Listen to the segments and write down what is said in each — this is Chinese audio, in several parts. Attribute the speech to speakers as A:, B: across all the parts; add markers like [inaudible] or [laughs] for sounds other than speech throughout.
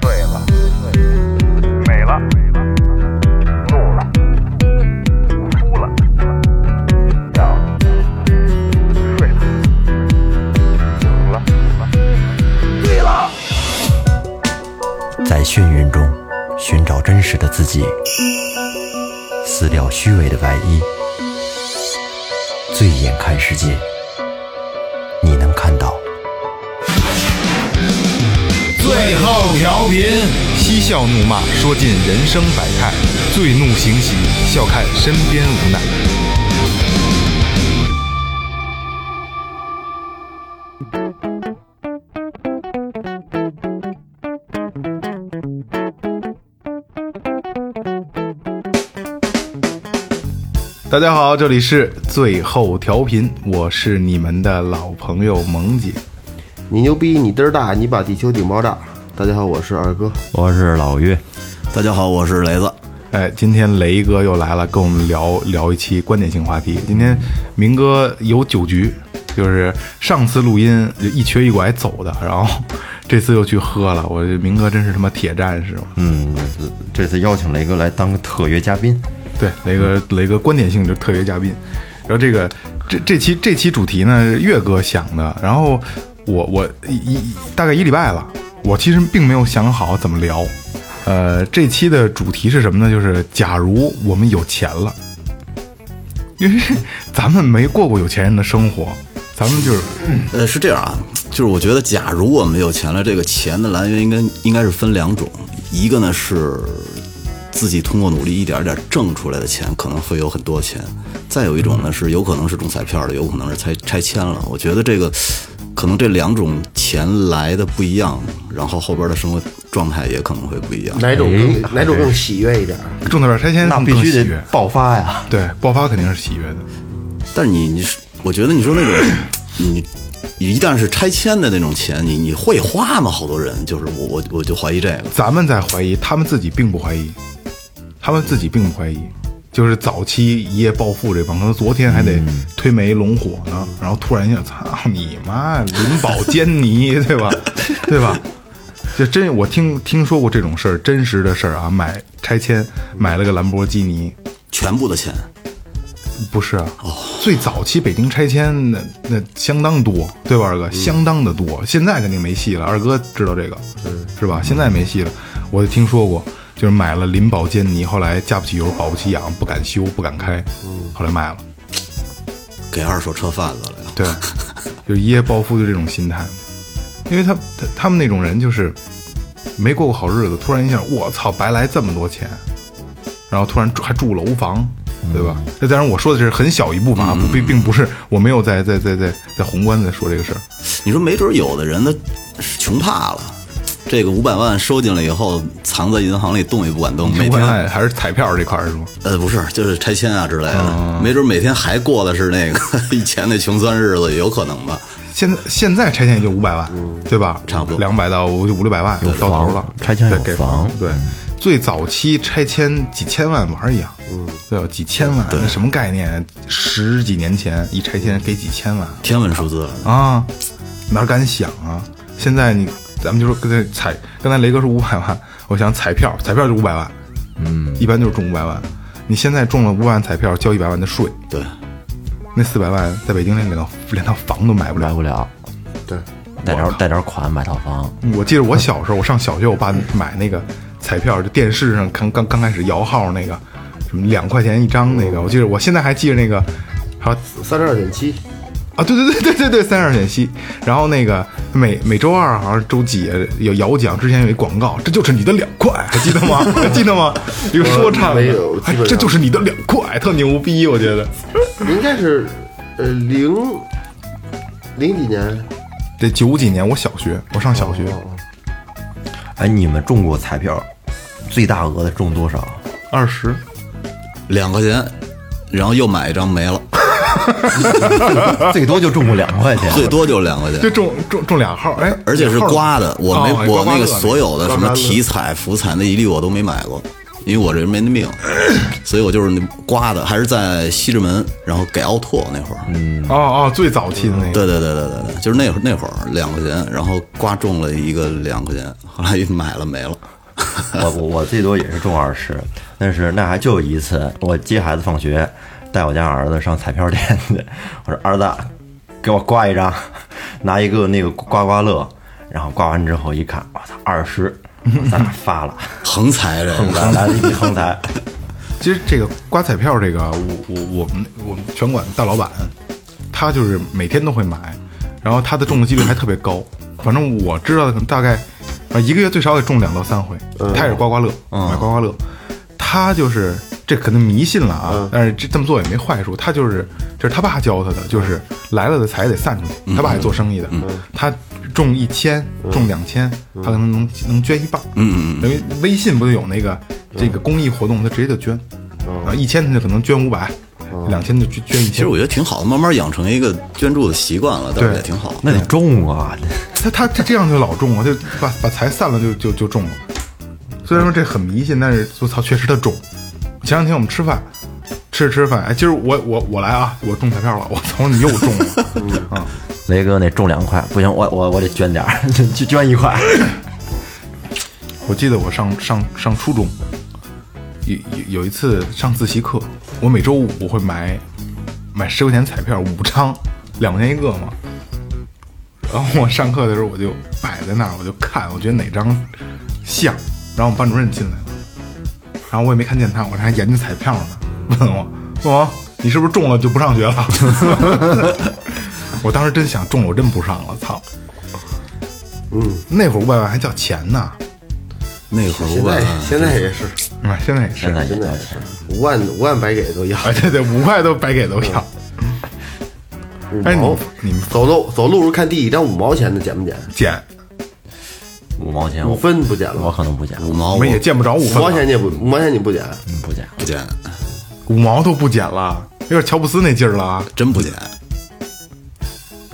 A: 醉了，美了，怒了，哭了，笑了，睡了，醒了，醉了。
B: 在眩晕中寻找真实的自己，撕掉虚伪的外衣，醉眼看世界，你能看到。
C: 最后调频，
D: 嬉笑怒骂，说尽人生百态；醉怒行喜，笑看身边无奈。大家好，这里是最后调频，我是你们的老朋友萌姐。
E: 你牛逼，你嘚儿大，你把地球顶爆炸。大家好，我是二哥。
B: 我是老岳，
F: 大家好，我是雷子。
D: 哎，今天雷哥又来了，跟我们聊聊一期观点性话题。今天明哥有酒局，就是上次录音就一瘸一拐走的，然后这次又去喝了。我这明哥真是他妈铁战士，
F: 嗯，这次邀请雷哥来当个特约嘉宾，
D: 对，雷哥，雷哥观点性就是特约嘉宾。然后这个这这期这期主题呢，岳哥想的。然后我我一一大概一礼拜了，我其实并没有想好怎么聊。呃，这期的主题是什么呢？就是假如我们有钱了，因为 [laughs] 咱们没过过有钱人的生活，咱们就是
F: 呃，是这样啊，就是我觉得，假如我们有钱了，这个钱的来源应该应该是分两种，一个呢是自己通过努力一点点挣出来的钱，可能会有很多钱；再有一种呢是有可能是中彩票的，有可能是拆拆迁了。我觉得这个可能这两种钱来的不一样，然后后边的生活状态也可能会不一样。
E: 哪种更哎哪种更喜悦一点？
D: 中彩票拆迁
F: 那必
D: 更
F: 须
D: 喜
F: 得
D: 悦，
F: 爆发呀！
D: 对，爆发肯定是喜悦的。
F: 但是你你是，我觉得你说那种你。你一旦是拆迁的那种钱，你你会花吗？好多人就是我我我就怀疑这个。
D: 咱们在怀疑，他们自己并不怀疑，他们自己并不怀疑，就是早期一夜暴富这帮，可能昨天还得推煤龙火呢，然后突然一下，操你妈，灵宝坚尼，对吧？对吧？这真我听听说过这种事儿，真实的事儿啊，买拆迁买了个兰博基尼，
F: 全部的钱，
D: 不是啊，最早期北京拆迁那那相当多，对吧，二哥？相当的多，现在肯定没戏了。二哥知道这个，是吧？现在没戏了。我就听说过，就是买了林宝坚尼，后来加不起油，保不起氧，不敢修，不敢开，后来卖了。
F: 给二手车贩子了呀。
D: 对， [laughs] 就是一夜暴富，就这种心态。因为他他他们那种人就是没过过好日子，突然一下，我操，白来这么多钱，然后突然住还住楼房，对吧？那、当然我说的是很小一部分啊，不并并不是我没有在在在在在宏观在说这个事儿。
F: 你说没准有的人他穷怕了，这个五百万收进来以后，藏在银行里动也不敢动，每
D: 宏
F: 天
D: 观哎还是彩票这块儿是吗？
F: 呃不是就是拆迁啊之类的，没准每天还过的是那个 [laughs] 以前那穷酸日子，有可能吧？
D: 现在现在拆迁也就五百万，对吧？
F: 差不多
D: 两百到五五六百万到头了。
G: 拆迁有
D: 对给房
G: 房，
D: 对，最早期拆迁几千万玩意儿，嗯，对吧？几千万，那什么概念？十几年前一拆迁给几千万
F: 天文数字了，
D: 啊，哪敢想啊？现在你咱们就说刚才彩，刚才雷哥说五百万，我想彩票，彩票就五百万，嗯，一般就是中五百万。你现在中了五百万彩票，交一百万的税，
F: 对，
D: 那四百万在北京连连套连套房都买不了
G: 买。不了，
E: 对，
G: 贷点贷点款买套房，
F: 嗯
D: 我记得我小时候，我上小学，我爸买那个彩票，就电视上刚刚刚开始摇号那个，什么两块钱一张那个，我记得我现在还记着那个，还有
E: 三十二点七，
D: 啊，对对对对对对，三十二选七。然后那个每每周二好像周几有摇奖，之前有一广告，这就是你的两块，还记得吗？ [laughs] 还记得吗？一个说唱的
E: 没有基
D: 哎
E: 本上
D: 这就是你的两块，特牛逼，我觉得
E: 应该是呃零零几年，
D: 得九几年我小学，我上小学，
E: 哦
F: 哎，你们中过彩票，
G: 最大额的中多少？
D: 二十
F: 两块钱，然后又买一张没 [laughs] 了，
B: 啊
G: 最多就中过两块钱。
F: 最多就两块
D: 就
F: 钱。
D: 中中中俩号，哎，
F: 而且是
D: 俩号
F: 刮的，我没
D: 哦哎
F: 我
D: 刮刮
F: 那个
D: 乐
F: 所有的
D: 刮
F: 什
D: 刮
F: 么
D: 乐
F: 体彩、福彩那一律我都没买过，因为我这人没那命，所以我就是那刮的，还是在西直门，然后给奥拓那会儿，
D: 哦哦，最早期的那个，
F: 对对对对对对，就是那会儿那会儿两块钱，然后刮中了一个两块钱，后来买了没了。
G: [laughs] 我我我最多也是中二十，但是那还就一次，我接孩子放学，带我家儿子上彩票店去，我说儿子，给我刮一张，拿一个那个刮刮乐，然后刮完之后一看，我操，二十，咱俩发 [laughs] 了，
F: 横财这个，
G: 来来了一笔横财，
D: 其实这个刮彩票这个，我我我们我们拳馆大老板，他就是每天都会买，然后他的中的几率还特别高，反正我知道的可能大概，啊一个月最少也中两到三回，他也是刮刮乐，买刮刮乐，他就是这可能迷信了啊，但是这这么做也没坏处，他就是这是他爸教他的，就是来了的财得散出去，他爸也做生意的，他中一千中两千，他可能能能捐一半，嗯嗯，因为微信不就有那个这个公益活动，他直接就捐，啊一千他就可能捐五百，两千就捐捐一
F: 其实
D: 千
F: 我，觉得挺好的，慢慢养成一个捐助的习惯了，倒是
D: 对
F: 也挺好。
G: [laughs] 那得中啊，
D: 他他他这样就老中了，就把把财散了就就就中了。虽然说这很迷信，但是我操，确实他中。前两天我们吃饭，吃着吃着饭，哎，今儿我我我来啊，我中彩票了，我操，你又中了啊！
G: [laughs] 雷哥那中两块，不行，我我我得捐点儿， [laughs] 就捐一块，
D: 我记得我上上上初中，有有有一次上自习课，我每周五会买买十块钱彩票五张，两块钱一个嘛。然后我上课的时候我就摆在那儿，我就看，我觉得哪张像。然后我们班主任进来了，然后我也没看见他，我这还研究彩票呢，问我问我你是不是中了就不上学了？ [laughs] 我当时真想中了，我真不上了，操！嗯，那会儿五百万还叫钱呢，
F: 那会儿
E: 现
F: 我
E: 在现在也是，
D: 嗯，现在也是
G: 现。在也
E: 现在也是五万哎五万白给都要。
D: 啊，对对，五块都白给都要。
E: 五
D: 哎，
E: 毛
D: 你，你们
E: 走路走路时看第一张五毛钱的捡不捡？
D: 捡，
G: [laughs] 五毛钱，
E: 五
G: 我
E: 分不捡
G: 我
E: 了，
G: 可能不捡，
F: 五毛
D: 我
F: 我
D: 们也见不着五
E: 哦五啊
D: 分
E: 毛
D: 了
E: 钱你也不五毛钱你不捡，
G: 不捡。
F: 不捡，
D: 五毛都不捡了，有点乔布斯那劲儿了啊。
F: 真不捡。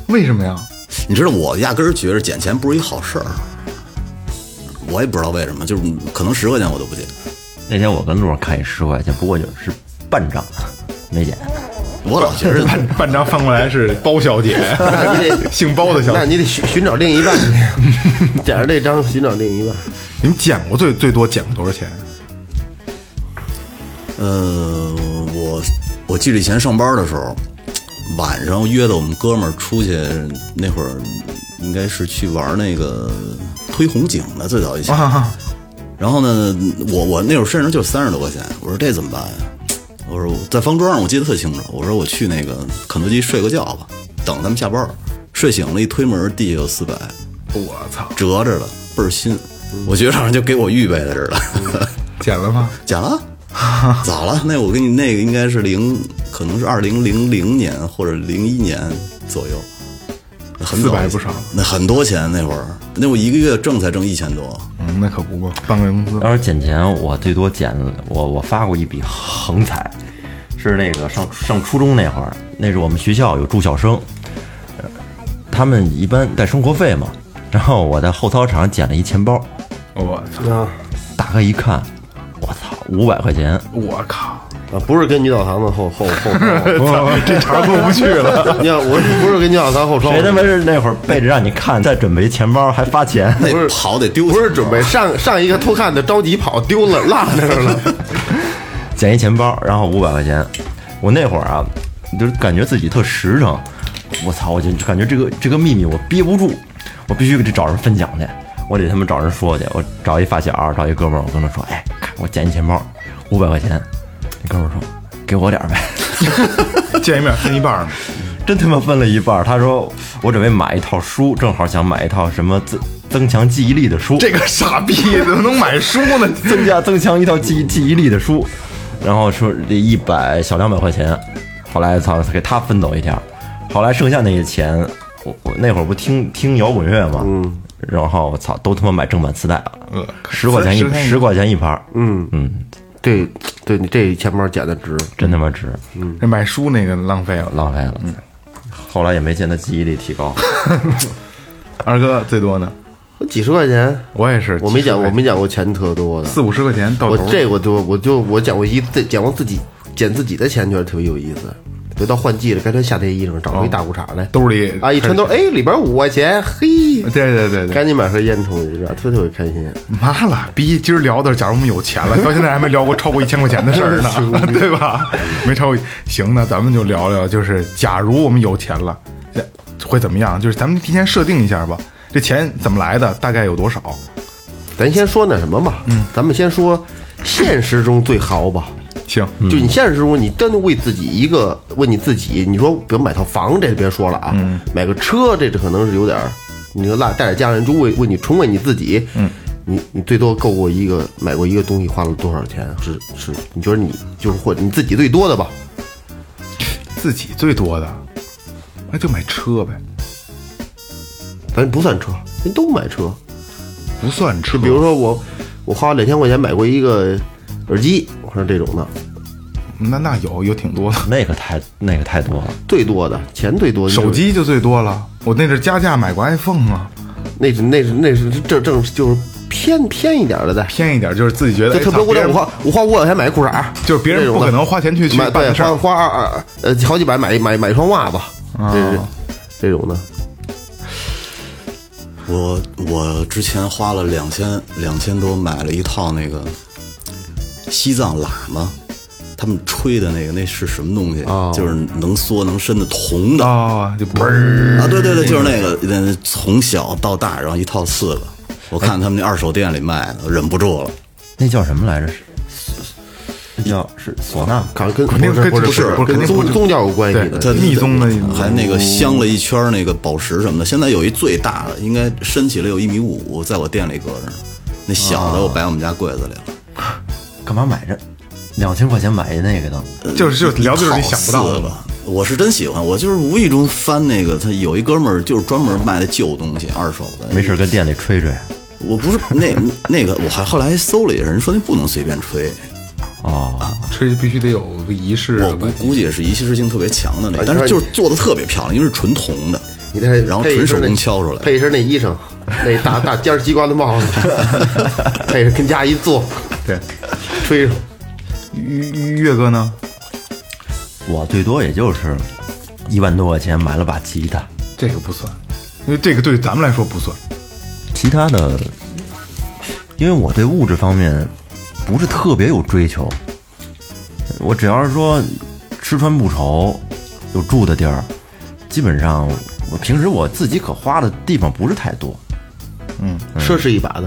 D: 为什么呀？
F: 你知道我压根儿觉着捡钱不是一好事儿，我也不知道为什么，就是可能十块钱我都不捡。
G: 那天我跟路上看一十块钱，不过就是半张，没捡。
F: 我老觉着
D: 半半张翻过来是包小
E: [laughs]
D: 姐， [laughs]
E: 那你得
D: 姓包的小
E: 那
D: 姐。
E: 你得寻寻找另一半去， [laughs] 捡着这张寻找另一半。
D: 你们捡过最最多捡过多少
E: [laughs]
D: 钱？
F: 呃，我我记得以前上班的时候，晚上约的我们哥们儿出去，那会儿应该是去玩那个推红警的，最早以前。
D: 啊
F: 然后呢，我我那会儿身上就三十多块钱，我说这怎么办呀？我说我在方庄上，我记得特清楚。我说我去那个肯德基睡个觉吧，等他们下班儿。睡醒了，一推门，地下有四百，
D: 我操，
F: 折着了，倍儿新。
E: 嗯
F: 我觉得好像就给我预备的似 [laughs] 的。
D: 捡了吗？
F: 假了， [laughs] 咋啊了？那我跟你那个应该是零，可能是二零零零年或者零一年左右，很早
D: 400不少
F: 那很多钱那会儿，那我一个月挣才挣一千多，
D: 嗯，那可不嘛，半个月工资。
G: 要是捡钱，我最多捡我我发过一笔横财，是那个上上初中那会儿，那是我们学校有住校生，呃他们一般带生活费嘛，然后我在后操场捡了一钱包，
D: 我操，
E: 啊
G: 打开一看，我操，五百块钱，
D: 我靠，
E: 啊，不是跟女澡堂子后后后后，
D: 这茬过不去了。
E: [laughs] 你看我不是跟女澡堂后窗户，
G: 谁他妈是那会儿背着让你看，再准备钱包还发钱？
F: 那跑得丢，
E: 不是准备上上一个偷看的着急跑丢了落那儿了，
G: 捡一钱包，然后五百块钱。我那会儿啊，就是感觉自己特实诚。我操，我就就感觉这个这个秘密我憋不住，我必须给这找人分享去，我得他们找人说去。我找一发小，找一哥们儿，我跟他说，哎，看我捡一钱包，五百块钱。那哥们儿说，给我点儿呗。
D: [laughs]
G: [laughs]
D: 见一面分一半呢。
G: 真他妈分了一半儿。他说我准备买一套书，正好想买一套什么增增强记忆力的书。
D: 这个傻逼怎么能买书呢？ [laughs]
G: 增加增强一套记忆记忆力的书，然后说这一百小两百块钱，后来操给他分走一点儿，后来剩下那些钱，我我那会儿不听听摇滚乐嘛，嗯，然后我操都他妈买正版磁带了，十块钱一十块钱一盘儿，
E: 嗯嗯，对对，你这钱包捡的值，
G: 真他妈值，
D: 那买书那个浪费了。
G: 浪费了。后来也没见他记忆力提高，
D: 二哥最多呢？
E: 几十块钱，
D: 我也是，
E: 我没
D: 讲，
E: 捡，我没捡过钱特多的。
D: 四五十块钱到
E: 我
D: 头儿，
E: 这我就我就我捡过一自捡过自己捡自己的钱，觉得特别有意思。就到换季了，该穿夏天衣裳，找了一大裤衩来，
D: 兜里
E: 啊一穿兜，哎里边五块钱，嘿，
D: 哦对对对对，
E: 赶紧买盒烟抽一个，特特别开心。
D: 妈了逼！今儿聊的，假如我们有钱了，到现在还没聊过超过一千块钱的事儿
E: [laughs]
D: 呢，对吧？没超过，行，那咱们就聊聊，就是假如我们有钱了，呃会怎么样？就是咱们提前设定一下吧，这钱怎么来的，大概有多少？
E: 咱先说那什么吧，嗯，咱们先说现实中最豪吧。
D: 行，
E: 就你现实中，你真的为自己一个为你自己，你说比如买套房，这别说了啊，
D: 嗯
E: 买个车，这这可能是有点儿，你说拉带着家人，就为为你纯为你自己，嗯，你你最多购过一个买过一个东西，花了多少钱？是是，你觉得你就是或你自己最多的吧？
D: 自己最多的，那就买车呗，
E: 咱不算车，人都买车，
D: 不算车。
E: 就比如说我我花两千块钱买过一个耳机，我说这种的
D: 那那有有挺多的，
G: 那个太那个太多了，
E: 最多的钱最多，
D: 手机就最多了。我那阵加价买过 iPhone 啊，
E: 那是那是那是正正就是偏偏一点儿的在。
D: 偏一点就是自己觉得
E: 就
D: 哎
E: 特别
D: 操
E: 无聊，
D: 别人
E: 我花我花五百块钱买个裤衩儿，
D: 就是别人
E: 那种
D: 不
E: 的
D: 可能花钱去去
E: 买
D: 办
E: 对
D: 的事儿啊
E: 花花二二呃好几百买买买一双袜子，这是这种的。
F: 我我之前花了两千两千多买了一套那个西藏喇嘛，他们吹的那个那是什么东西？
E: 哦
F: 就是能缩能伸的铜的啊
D: 啊，就嘣儿
F: 对对
D: 嗯
F: 对，就是那个，那从小到大，然后一套四个，我看他们那二手店里卖的，忍不住了。
G: 那叫什么来着？是那叫是唢呐，
E: 可能跟
D: 肯定
E: 不是
D: 跟
E: 不
D: 不
E: 是
D: 是不是肯
E: 跟
D: 定
E: 宗
D: 不是
E: 宗教有关系
D: 对
E: 的，
F: 它
D: 密宗的哦
F: 还那个镶了一圈那个宝石什么的。现在有一最大的，应该伸起来有一米五五，在我店里搁着呢。那小
D: 啊
F: 的我摆我们家柜子里了。
G: 干嘛买这？两千块钱买一那个的，
D: 就是就是聊的就是你想不到
F: 的
D: 的
F: 吧？我是真喜欢，我就是无意中翻那个，他有一哥们儿就是专门卖的旧东西，二手的。
G: 没事儿跟店里吹吹。
F: 我不是那那个，我还后来还搜了一下，人说那不能随便吹。
G: 哦，
D: 吹必须得有个仪式
F: 我估估计也是一气质性特别强
D: 啊
F: 的那个，但是就是做的特别漂亮，因为是纯铜的，
E: 你得
F: 然后
E: 配一
F: 纯手
E: 身那
F: 工敲出来的。
E: 配一身那衣
F: [laughs]
E: 裳，那大大尖儿鸡冠的帽子， [laughs] 配着跟家一坐，
D: 对，
E: 吹着。
D: 月月哥呢？
G: 我最多也就是一万多块钱买了把吉他，
D: 这个不算，因为这个对咱们来说不算。
G: 其他的，因为我对物质方面不是特别有追求，我只要是说吃穿不愁，有住的地儿，基本上我平时我自己可花的地方不是太多，
D: 嗯
E: 奢侈一把的，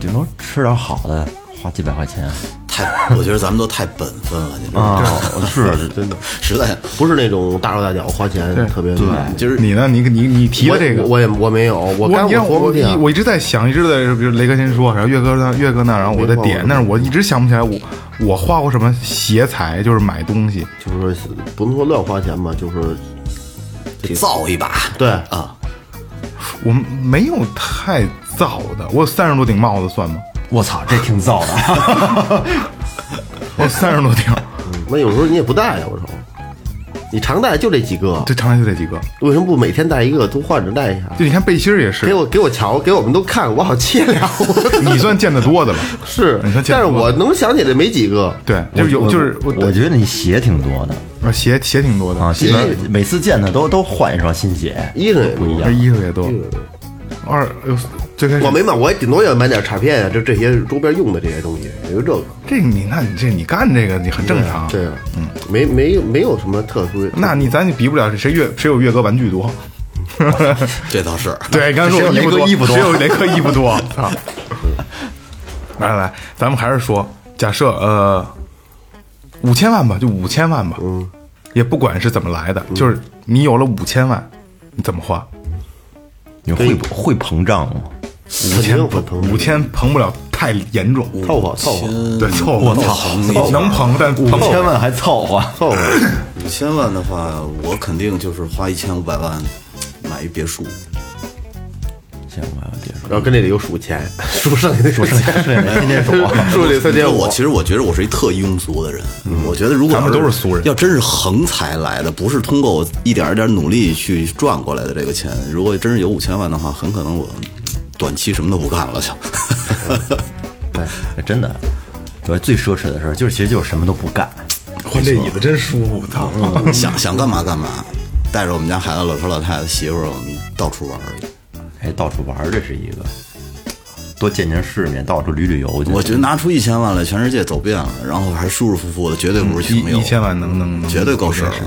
G: 顶多吃点好的，花几百块钱
F: 太，我觉得咱们都太本分了，你知道
G: 啊，
F: 吗？[laughs]
G: 是
E: 真的
F: 实在
E: 不是那种大手大脚花
D: [laughs]
E: 钱
D: 对
E: 特别多。我
F: 就是
D: 你呢？你你你提的这个，
E: 我也我没有，我
D: 我
E: 干
D: 你让
E: 活
D: 我
E: 不啊定
D: 一我一直在想，一直在比如雷哥先说，然后月哥呢，月哥呢，然后我在
E: 没
D: 点
E: 花，过
D: 但是我一直想不起来我我花过什么邪财，就是买东西。
E: 就是说不能说乱花钱吧，就是
F: 造一把，
E: 对
F: 啊，
D: 我没有太造的，我有三十多顶帽子
E: [laughs]
D: 算吗？
G: 我操，这挺燥的，
D: 我有三十多顶，
E: 那有时候你也不戴呀，我说，你常戴就这几个，
D: 这常来就这几个。
E: 为什么不每天戴一个，都换着戴一下？啊
D: 就你看背心儿也
E: 给
D: 是，
E: 我给我瞧，给我们都看，我好切了。 [laughs]
D: 你算见得多的了。
E: 是
D: 你说，见
E: 但是
D: 多
E: 我
D: 了
E: 能想起来没几个。
D: 对，就是有就是
G: 我我觉得你鞋挺多的
D: 我鞋鞋挺多的
G: 啊，基本上每次见他都都换一双新鞋，
E: 衣裳也不一
D: 而，衣服也多。二哎呦最开始
E: 我没买，我也顶多也买点卡片啊，就这些周边用的这些东西，也就这个。
D: 这个你那你这你干这个你很正常，
E: 对啊，嗯，没没有没有什么特殊。
D: 那你咱就比不了谁月谁有月哥玩具多。
F: 这倒是。
D: [laughs] 对，刚才说我
G: 谁有雷哥
D: 衣
G: 衣
D: 服
G: 服多
D: 谁有雷哥衣服多？操！ [laughs] 来来来，咱们还是说，假设呃五千万吧，就五千万吧，嗯，也不管是怎么来的，就是你有了五千万，你怎么花？
G: 你会会膨胀吗？
E: 五
D: 千
E: 肯定
D: 五千膨不了太严重，
E: 凑合凑合
D: 对，凑合
F: 我操
D: 凑合能膨，但膨不了
G: 万还凑合，
E: 凑合，
F: 五千万的话，我肯定就是花一千五百万买一别墅，
G: 行，我要结束。
E: 然后跟这里又数钱，数剩下的数钱，
G: 天天数
E: [laughs] 数这三
F: 因为
E: 千五
F: 我。其实我觉得我是一特庸俗的人，我觉得如
D: 嗯
F: 果
D: 咱们
F: 要
D: 都是俗人
F: 要真是横财来的，不是通过我一点儿一点儿努力去赚过来的这个钱，如果真是有五千万的话，很可能我短期什么都不干了就。 [laughs]
G: 对，哎真的，对，最奢侈的事儿就是其实就是什么都不干。
D: 换这椅子真舒服，操！
F: [laughs] 想想干嘛干嘛，带着我们家孩子、老头老太太、媳妇儿，我们到处玩儿去。
G: 哎，到处玩儿这是一个，多见见世面，到处旅旅游。
F: 我觉得拿出一千万来，全世界走遍了，然后还舒舒服服的，绝对不是
D: 一
F: 穷游。
D: 嗯
F: 嗯
D: 一千万能能能，
F: 绝对够使了
D: 这事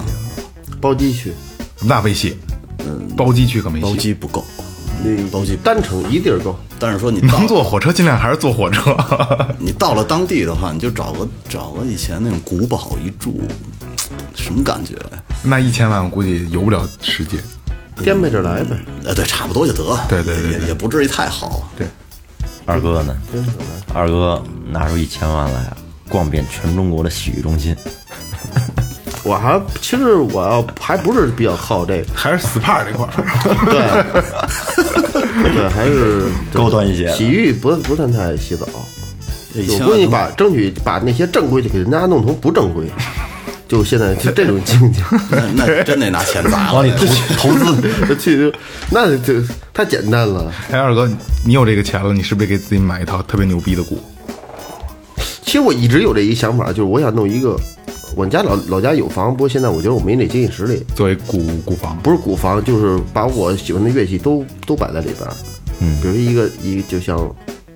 D: 情，
E: 包机去，
D: 那没戏，包机去可没
F: 包
D: 戏。
F: 机不够，包机。
E: 单程一地儿够。
F: 但是说你到
D: 能坐火车尽量还是坐火车，
F: 你到了当地的话，你就找个找个以前那种古堡一住，什么感觉？
D: 那一千万我估计游不了世界。
E: 颠沛着来呗，
F: 呃，对，差不多就得了。
D: 对对对对
F: 也也不至于太好。
D: 对，
G: 二哥呢？二哥拿出一千万来，啊逛遍全中国的洗浴中心，
E: 我还其实我要还不是比较
G: [laughs]
E: 好这个，
D: [laughs] 还是 SPA 这块儿，
E: 对，还是
G: [laughs] 高端一些
E: 洗浴不不算太洗澡，
F: 这一
E: 我
F: 千
E: 估
F: 万
E: 计
F: 能
E: 把争取把那些正规的给人家弄成不正规，就现在就这种
G: [laughs]
E: 境界。
F: 那那真得拿钱砸了。 [laughs]
E: 投投资 [laughs] 去，那就太简单了。
D: [laughs] 哎，二哥，你有这个钱了，你是不是得给自己买一套特别牛逼的股？
E: 其实我一直有这一想法，就是我想弄一个，我们家老老家有房，不过现在我觉得我没那经济实力，
D: 作为股股房，
E: 不是古房，就是把我喜欢的乐器都都摆在里边儿。嗯，比如一个一个就像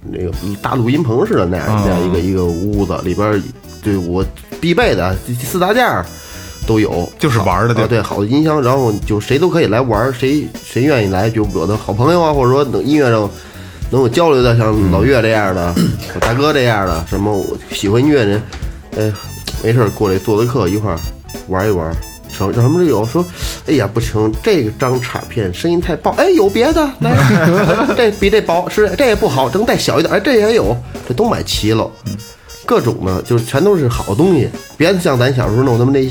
E: 那个大录音棚似的那样那样一个一个屋子，里边儿对我必备的四大件儿都有，
D: 就是玩儿的地
E: 啊，
D: 儿
E: 对，好的音箱，然后就谁都可以来玩儿，谁谁愿意来，就我的好朋友啊，或者说能音乐上能有交流的，像老岳这样的，
D: 嗯
E: [clears throat] 我大哥这样的，什么我喜欢音乐人，哎，没事儿过来做做客，一块儿玩一玩。什什么都有，说，哎呀不行，这张卡片声音太爆，哎有别的来， [laughs] 这比这薄是这也不好，能再小一点，哎这也有，这都买齐了。
D: 嗯
E: 各种的，就是全都是好东西，别像咱小时候弄他妈那，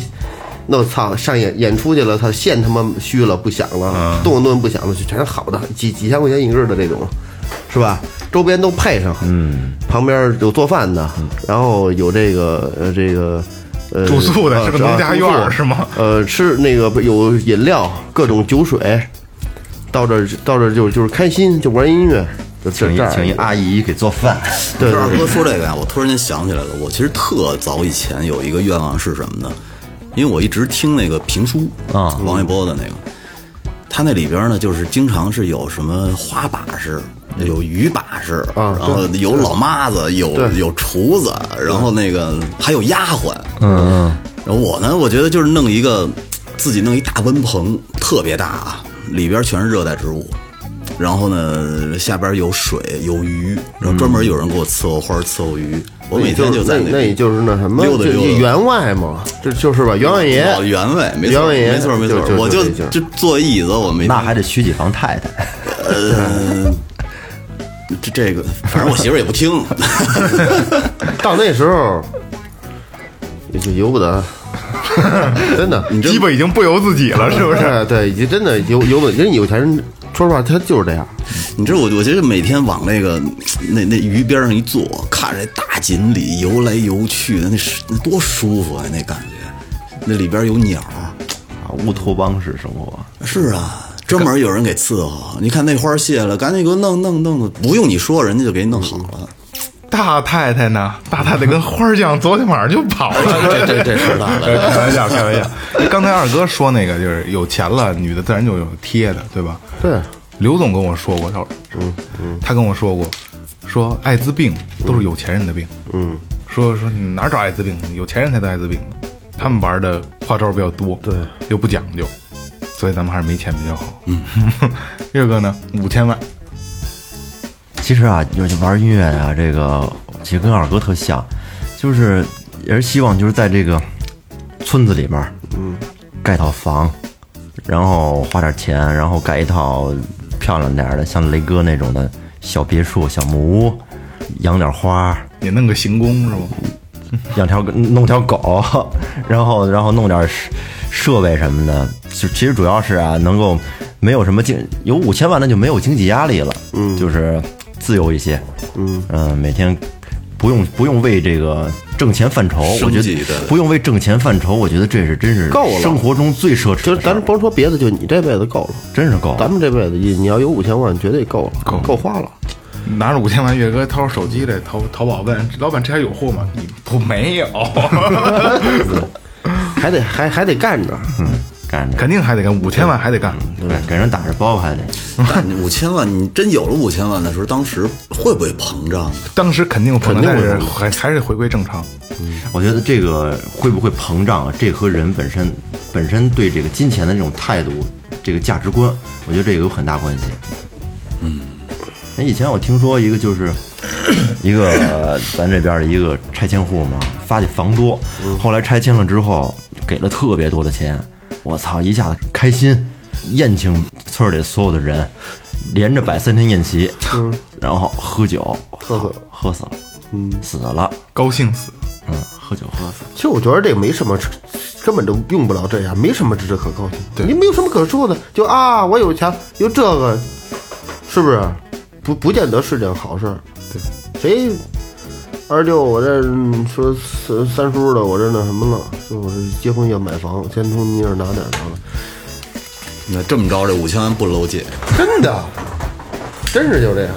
E: 弄操上演演出去了，他线他妈虚了不响了，
D: 嗯
E: 动不动不响了，就全是好的，几几千块钱一根儿的这种，是吧？周边都配上，嗯，旁边有做饭的，然后有这个呃这个。呃，
D: 嗯住宿的
E: 啊
D: 是个
E: 啊
D: 农家
E: 住宿
D: 院儿是吗
E: 呃，吃那个有饮料，各种酒水，到这儿到这儿就就是开心，就玩音乐，就这
G: 请
E: 这
G: 一
E: 儿
G: 请一阿姨给做饭，
E: 对
F: 这
E: 对
F: 二
E: 对
F: 哥说这个呀，我突然间想起来了，我其实特早以前有一个愿望是什么呢？因为我一直听那个评书
G: 啊
F: 王一博的那个，他那里边呢就是经常是有什么花把式。有鱼把式，
E: 啊
F: 然后有老妈子，有有厨子，然后那个还有丫鬟，嗯，然后我呢，我觉得就是弄一个自己弄一大温棚，特别大啊，里边全是热带植物，然后呢，下边有水有鱼，然后专门有人给我伺候花伺候鱼，我每天就在
E: 嗯那，那也就是那什么，
F: 溜达
E: 就
F: 溜达
E: 就员外嘛，这就是吧，员外爷，
F: 老原味，没
E: 原
F: 错，
E: 味爷
F: 没错，没
E: 就就
F: 错，我
E: 就
F: 就
E: 这劲儿
F: 就坐一椅子，我每
G: 那
F: 天
G: 还得娶几房太太。
F: 这这个，反正我媳妇儿也不听，
G: [laughs]
E: 到那时候也就由不
F: [laughs]
E: 得，真的，你
D: 鸡巴已经不由自己了，是不是？
E: 是对，已经真的由由不得，人有钱人，说实话，他就是这样，
F: 你知道我，我觉得每天往那个那那鱼边上一坐，看着大锦鲤游来游去的，那是那多舒服啊！那感觉，那里边有鸟儿。
G: 啊，乌托邦式生活，
F: 是啊，专门有人给伺候。你看那花谢了，赶紧给我弄弄弄弄，不用你说，人家就给你弄好了。
D: 大太太呢？大太太跟花儿酱昨天晚上就跑 [laughs] 了。
F: 这这这是大了。
D: 呃开玩笑，开玩笑。刚才二哥说那个就是有钱了，女的自然就有贴的，对吧？
E: [laughs] 对，
D: 刘总跟我说过，他说，嗯嗯，他跟我说过，说艾滋病都是有钱人的病，嗯，说说你哪儿找艾滋病？有钱人才得艾滋病，他们玩的花招比较多，对，又不讲究，所以咱们还是没钱比较好。嗯，月哥呢？五千万，
G: 其实啊，有些玩音乐啊，这个其实跟二哥特像，就是也是希望就是在这个村子里面，嗯，盖套房，然后花点钱，然后盖一套漂亮点儿的，像雷哥那种的小别墅、小木屋，养点花，
D: 也弄个行宫是吗？
G: 养条弄条狗， [laughs] 然后然后弄点设设备什么的，就其实主要是啊，能够没有什么经有五嗯千万那就没有经济压力了，嗯，就是自由一些，嗯每天不不用不用为这个挣钱犯愁，我
F: 生
G: 觉
F: 计
G: 得
F: 对
G: 不用为挣钱犯愁，我觉得这是真是
E: 够了
G: 生活中最奢侈的
E: 就是
G: 事儿，
E: 咱甭说别的，就你这辈子够了，
G: 真是够了。
E: 咱们这辈子你你要有五千万，绝对够了，够够花了。
D: 拿着五千万，岳哥掏出手机来，淘淘宝问老板这还有货吗？你我没有， [laughs]
E: 还得还还得干着，
G: 干着
D: 肯定还得干，五千万还得干。
G: 对，给人打着包还得
F: 但你五千万，你真有了五千万的时候，当时会不会膨胀？
D: 当时肯定膨胀，
E: 肯定
D: 但
E: 会
D: 是
E: 有
D: 还还是回归正常。
G: 我觉得这个会不会膨胀啊？这和人本身本身对这个金钱的这种态度、这个价值观，我觉得这个有很大关系。嗯，那以前我听说一个就是一个呃咱这边的一个拆迁户嘛，发的房多，后来拆迁了之后给了特别多的钱，我操，一下子开心，宴请村儿里所有的人，连着摆三天宴席，然后喝酒，
E: 喝死了
G: 喝死了，嗯，死了，
D: 高兴死，
G: 嗯，喝酒喝死了。
E: 其实我觉得这没什么，根本就用不了这样，没什么值得可高兴。你没有什么可说的，就啊，我有钱，有这个，是不是？不不见得是件好事。对，谁二舅，我这嗯说三三叔的，我这那什么了，就我这结婚要买房，先从你那儿拿点儿拿了。
F: 那这么着，这五千万不搂姐，
E: 真的，真是就这样。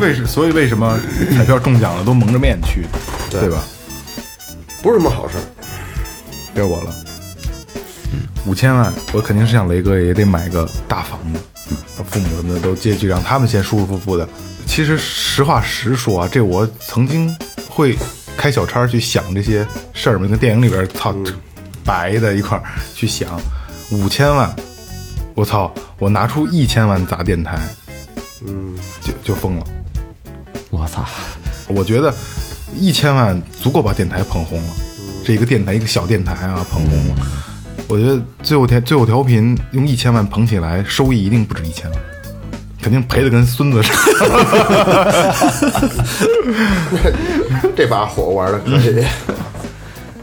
D: 为什所以为什么彩票中奖了都蒙着面去，对吧？
E: 不是什么好事儿。
D: 该我了，五千万，我肯定是像雷哥也得买个大房子，父母什么的都接去，让他们先舒舒服服的。其实实话实说啊，这我曾经会开小差去想这些事儿嘛，跟电影里边儿操白的一块儿去想，五千万，我操，我拿出一千万砸电台，嗯，就就疯了。
G: 我操！
D: 我觉得一千万足够把电台捧红了，这一个电台一个小电台啊捧红了。我觉得最后调最后调频用一千万捧起来，收益一定不止一千万，肯定赔的跟孙子似的。
E: 这把火玩的可以。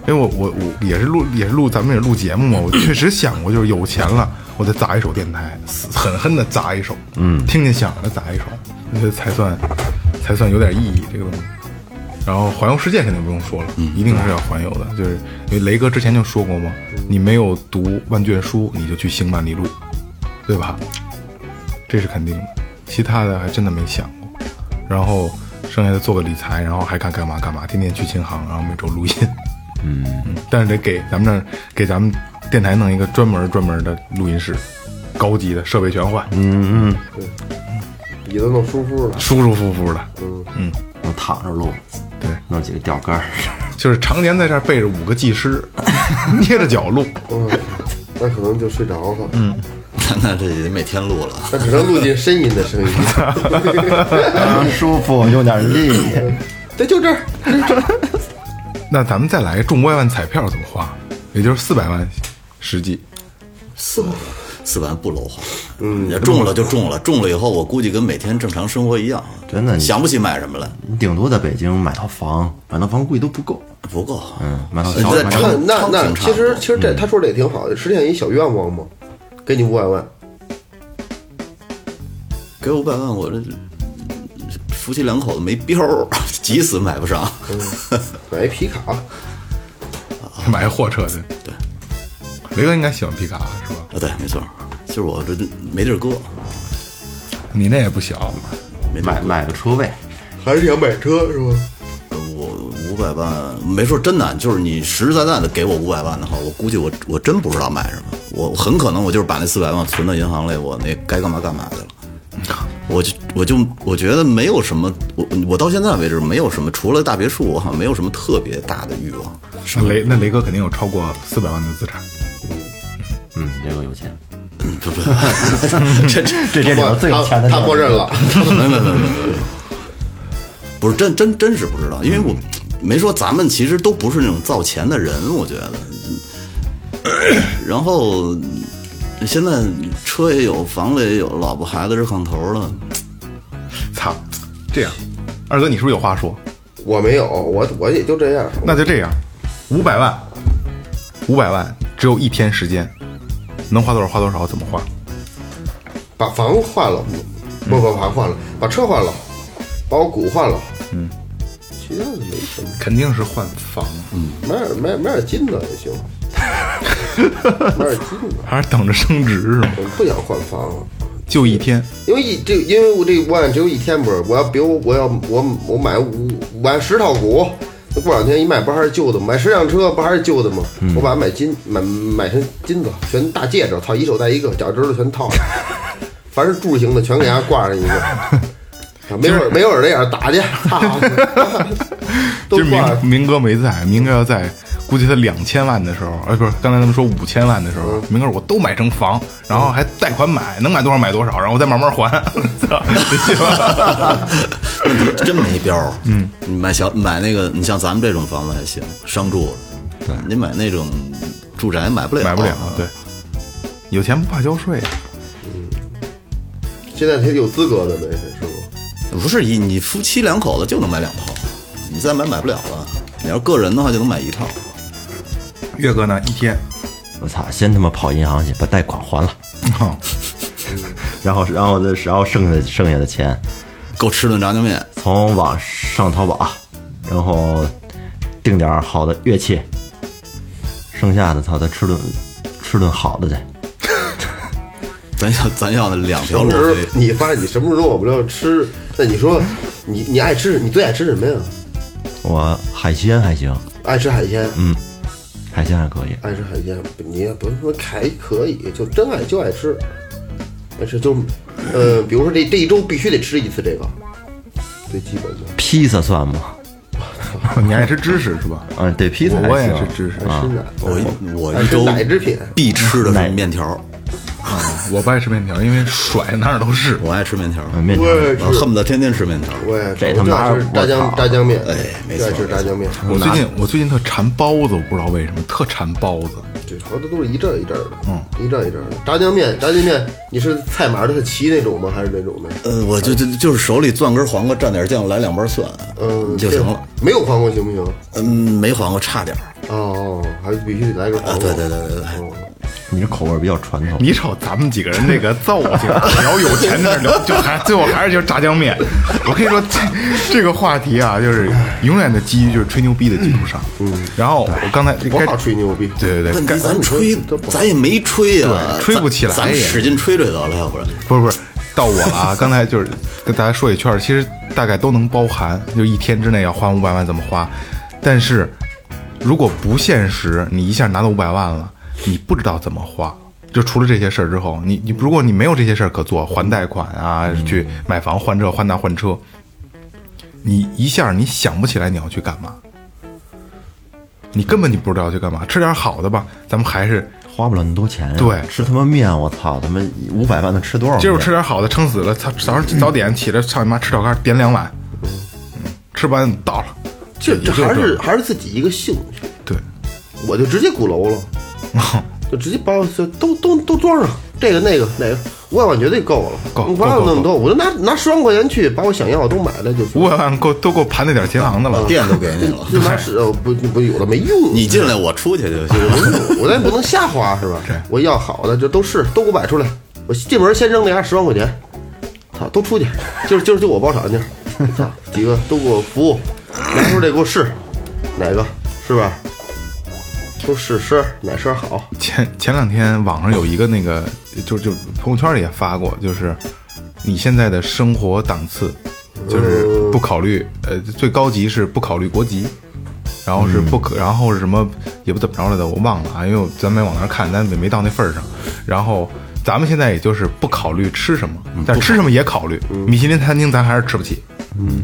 D: 因为我我我也是录也是录咱们也录节目嘛，我确实想过，就是有钱了，我得砸一首电台，死狠狠的砸一首，嗯，听见响了砸一首，我觉得才算才算有点意义这个东西。然后环游世界肯定不用说了，一定是要环游的，就是因为雷哥之前就说过嘛，你没有读万卷书，你就去行万里路，对吧？这是肯定的，其他的还真的没想过。然后剩下的做个理财，然后还看干嘛干嘛，天天去琴行，然后每周录音。嗯，但是得给咱们这儿给咱们电台弄一个专门专门的录音室，高级的设备全换，嗯，
E: 嗯椅子弄舒服了，嗯
D: 舒舒服服的。嗯
G: 我躺着录，
D: 对，
G: 弄几个吊杆儿，
D: 就是常年在这儿背着五个技师， [laughs] 捏着脚录。
E: 嗯，那可能就睡着了。嗯，
F: 那 [laughs] 那这也得每天录了。
E: 那只能录进呻吟的声音。
G: 舒服，用点力。
E: 对，就这儿。
D: 那咱们再来中五百万彩票怎么花？也就是四百万实际。
F: 四百万， [laughs] 四百万不搂好。嗯，中了就中了，中了以后我估计跟每天正常生活一样，
G: 真的你
F: 想不起买什么了，
G: 你顶多在北京买套房，买套房估计都不够。
F: 不够。
G: 嗯，买套
F: 你
G: 小
F: 在
G: 买套
E: 那
F: 超
E: 那
F: 超
E: 那，
F: 挺差
E: 其
F: 不
E: 实
F: 多
E: 其实这他说这也挺好的，实现一小愿望嘛，给你五百万，
F: 给五百万，我这夫妻两口子没标儿，急死买不上。
G: 嗯
E: 买一皮卡，啊
D: 买个货车去。对，雷哥应该喜欢皮卡是吧？
F: [laughs] 啊，对，没错，就是我这没地儿搁，
D: 你那也不小，
F: 没地儿
G: 买
F: 搁
G: 买个车位，
E: 还是想买车是吧？
F: 我五百万没说真的，就是你实实在在的给我五百万的话，我估计我我真不知道买什么，我很可能我就是把那四百万存到银行里，我那该干嘛干嘛去了。我就我就我觉得没有什么，我我到现在为止没有什么，除了大别墅，我好像没有什么特别大的欲望。
D: 那雷那雷哥肯定有超过四百万的资产。
G: 嗯，这个有钱。
F: 不不，这这
G: 这这里头最有钱的
E: 他默认了，
F: 没没没没没，不是真真真是不知道，因为我没说咱们其实都不是那种造钱的人，我觉得。然后现在车也有，房子也有，老婆孩子是炕头了，
D: 操，这样，二哥你是不是有话说？
E: 我没有，我我也就这样。
D: 那就这样，五百万，五百万只有一天时间，能花多少花多少，怎么花？
E: 把房换了，不不把房换了，把车换了，把我股换了，嗯，其实没什么，
D: 肯定是换房，
E: 买点买买点金子也行，买点金子。
D: 还是等着升值是吗？
E: 我不想换房了，
D: 就一天，
E: 因为一这因为哎我这五万只有一天不是，我要比如我要我我买五五万十套股，那过两天一卖不还是旧的吗？买十辆车不还是旧的吗？
F: 嗯
E: 我把它买金买买成金子，全大戒指，操，一手戴一个，脚趾头全
F: [laughs]
E: 套上，凡是柱形的全给它挂上一个。
F: [laughs]
E: 啊没有没有耳朵眼儿打去， [laughs] 操都
D: 就是
E: 挂上
D: 明明哥没在，明哥要在，估计他两千万的时候，哎，不是，刚才他们说五千万的时候，明哥说我都买成房，然后还贷款买，能买多少买多少，然后我再慢慢还， [laughs] 操，你信吗？
F: 真没标儿。嗯，你买小买那个，你像咱们这种房子还行，商住。对，你买那种住宅买不
D: [laughs]
F: 了，
D: 买不了，对，有钱不怕交税，啊
E: 现在他有资格的呗，是不？
F: 不是一你夫妻两口子就能买两套，你再买买不了了。你要是个人的话就能买一套，
D: 岳哥呢一 [laughs] 天，
G: 我操，先他妈跑银行去把贷款还了，
D: 哦
G: [laughs] 然后然后再然后剩下的剩下的钱
F: 够吃顿炸酱面。
G: 从网上淘宝，然后订点儿好的乐器，剩下的操再吃顿吃顿好的去。
F: 咱要咱要的两条
E: 什
F: 路
E: 么时候
F: 飞，
E: 你发现你什么时候我们要吃？那你说你你爱吃你最爱吃什么呀？
G: 我海鲜还行，
E: 爱吃海鲜，嗯，
G: 海鲜还可以，
E: 爱吃海鲜，你也不是说还可以，就真爱就爱吃，爱吃就，呃，比如说这这一周必须得吃一次这个，最基本的。
G: 披萨算吗？
D: 你爱吃芝士是吧？
G: 嗯，对，披萨
D: 我我也
G: 还
D: 是
G: 行。
D: 芝士，
E: 爱吃奶，
F: 我一我
E: 爱
F: 一
E: 哎吃
F: 周
E: 奶制品，
F: 必吃的
G: 奶
F: 是面条，
D: 我不爱吃面条，因为甩哪儿都是。
F: 我爱吃面条，
D: 啊
G: 嗯面条
E: 我也吃
F: 我，恨不得天天吃面条。
E: 我也吃，
G: 这
E: 我
G: 他
E: 就
G: 妈
E: 爱吃炸
G: 我
E: 酱
G: 操
E: 炸酱面，
F: 哎没
E: 就爱
F: 错
E: 吃炸酱面，
D: 我最近我最近特馋包子，我不知道为什么特馋包子。
E: 对，好多都是一阵儿一阵儿的，嗯，一阵儿一阵儿的。炸酱面，炸酱面，你是菜码的齐那种吗？还是那种的？
F: 呃，我就就就是手里攥根黄瓜，蘸点酱，来两瓣蒜，
E: 嗯，
F: [laughs] 就行了。
E: 这。没有黄瓜行不行？
F: 嗯，没黄瓜差点儿。
E: 哦，还必须得来个黄瓜。
F: 啊对对对对对
E: 哦
G: 你这口味比较传统，
D: [laughs] 你瞅咱们几个人这个造 [laughs] 型，聊有钱的聊，就还最后还是就是炸酱面。我跟你说，这这个话题啊，就是永远的基于就是吹牛逼的基础上。嗯，然后我刚才
E: 不
D: 该
E: 好吹牛逼。
D: 对对对，
F: 问题咱吹，咱也没吹呀，
D: 吹不起来
F: 咱咱
D: 也
F: 使劲吹吹得了，要不然
D: 不是不是，到我了啊！刚才就是跟大家说一圈儿，其实大概都能包含，就一天之内要花五百万怎么花。但是如果不现实，你一下拿到五百万了，你不知道怎么花。就除了这些事儿之后，你你如果你没有这些事儿可做，还贷款啊，去买房换这换那换车，你一下你想不起来你要去干嘛，你根本你不知道去干嘛。吃点儿好的吧，咱们还是
G: 花不了那么多钱呀。
D: 对
G: 吃他妈面，我操，他妈五百万能吃多少面？
D: 今儿我吃点好的，撑死了。操，早上早点起来，操你妈，吃早饭点两碗，嗯，吃完到了。
E: 这这还
D: 就是
E: 还是自己一个兴趣，
D: 对，
E: 我就直接鼓楼了，就直接把我就都都都装上这个那个哪个，五百万绝对够了，
D: 够
E: 不要
D: 够够
E: 那么多，我就拿拿十万块钱去把我想要的都买了就行。
D: 五百万够都够盘那点儿钱行的
E: 啊
D: 了。
F: 电都给你
E: [laughs]
F: 了，
E: 就拿十呃不不有的没用，
F: 你进来我出去就行。
E: 啊我咱也不能瞎花是吧？我要好的就都是都给我摆出来，我进门先扔那俩十万块钱，操，都出去，就是就是就我包场去，操，几个都给我服务，拿出来给我试，哪个是吧？都试吃哪吃好，
D: 前前两天网上有一个那个，就就朋友圈里也发过，就是你现在的生活档次，就是不考虑呃最高级是不考虑国籍，然后是不可，然后是什么也不怎么着来的，我忘了啊，因为我咱没往那儿看，咱也没到那份儿上。然后咱们现在也就是不考虑吃什么，但吃什么也嗯考虑，嗯米其林餐厅咱还是吃不起，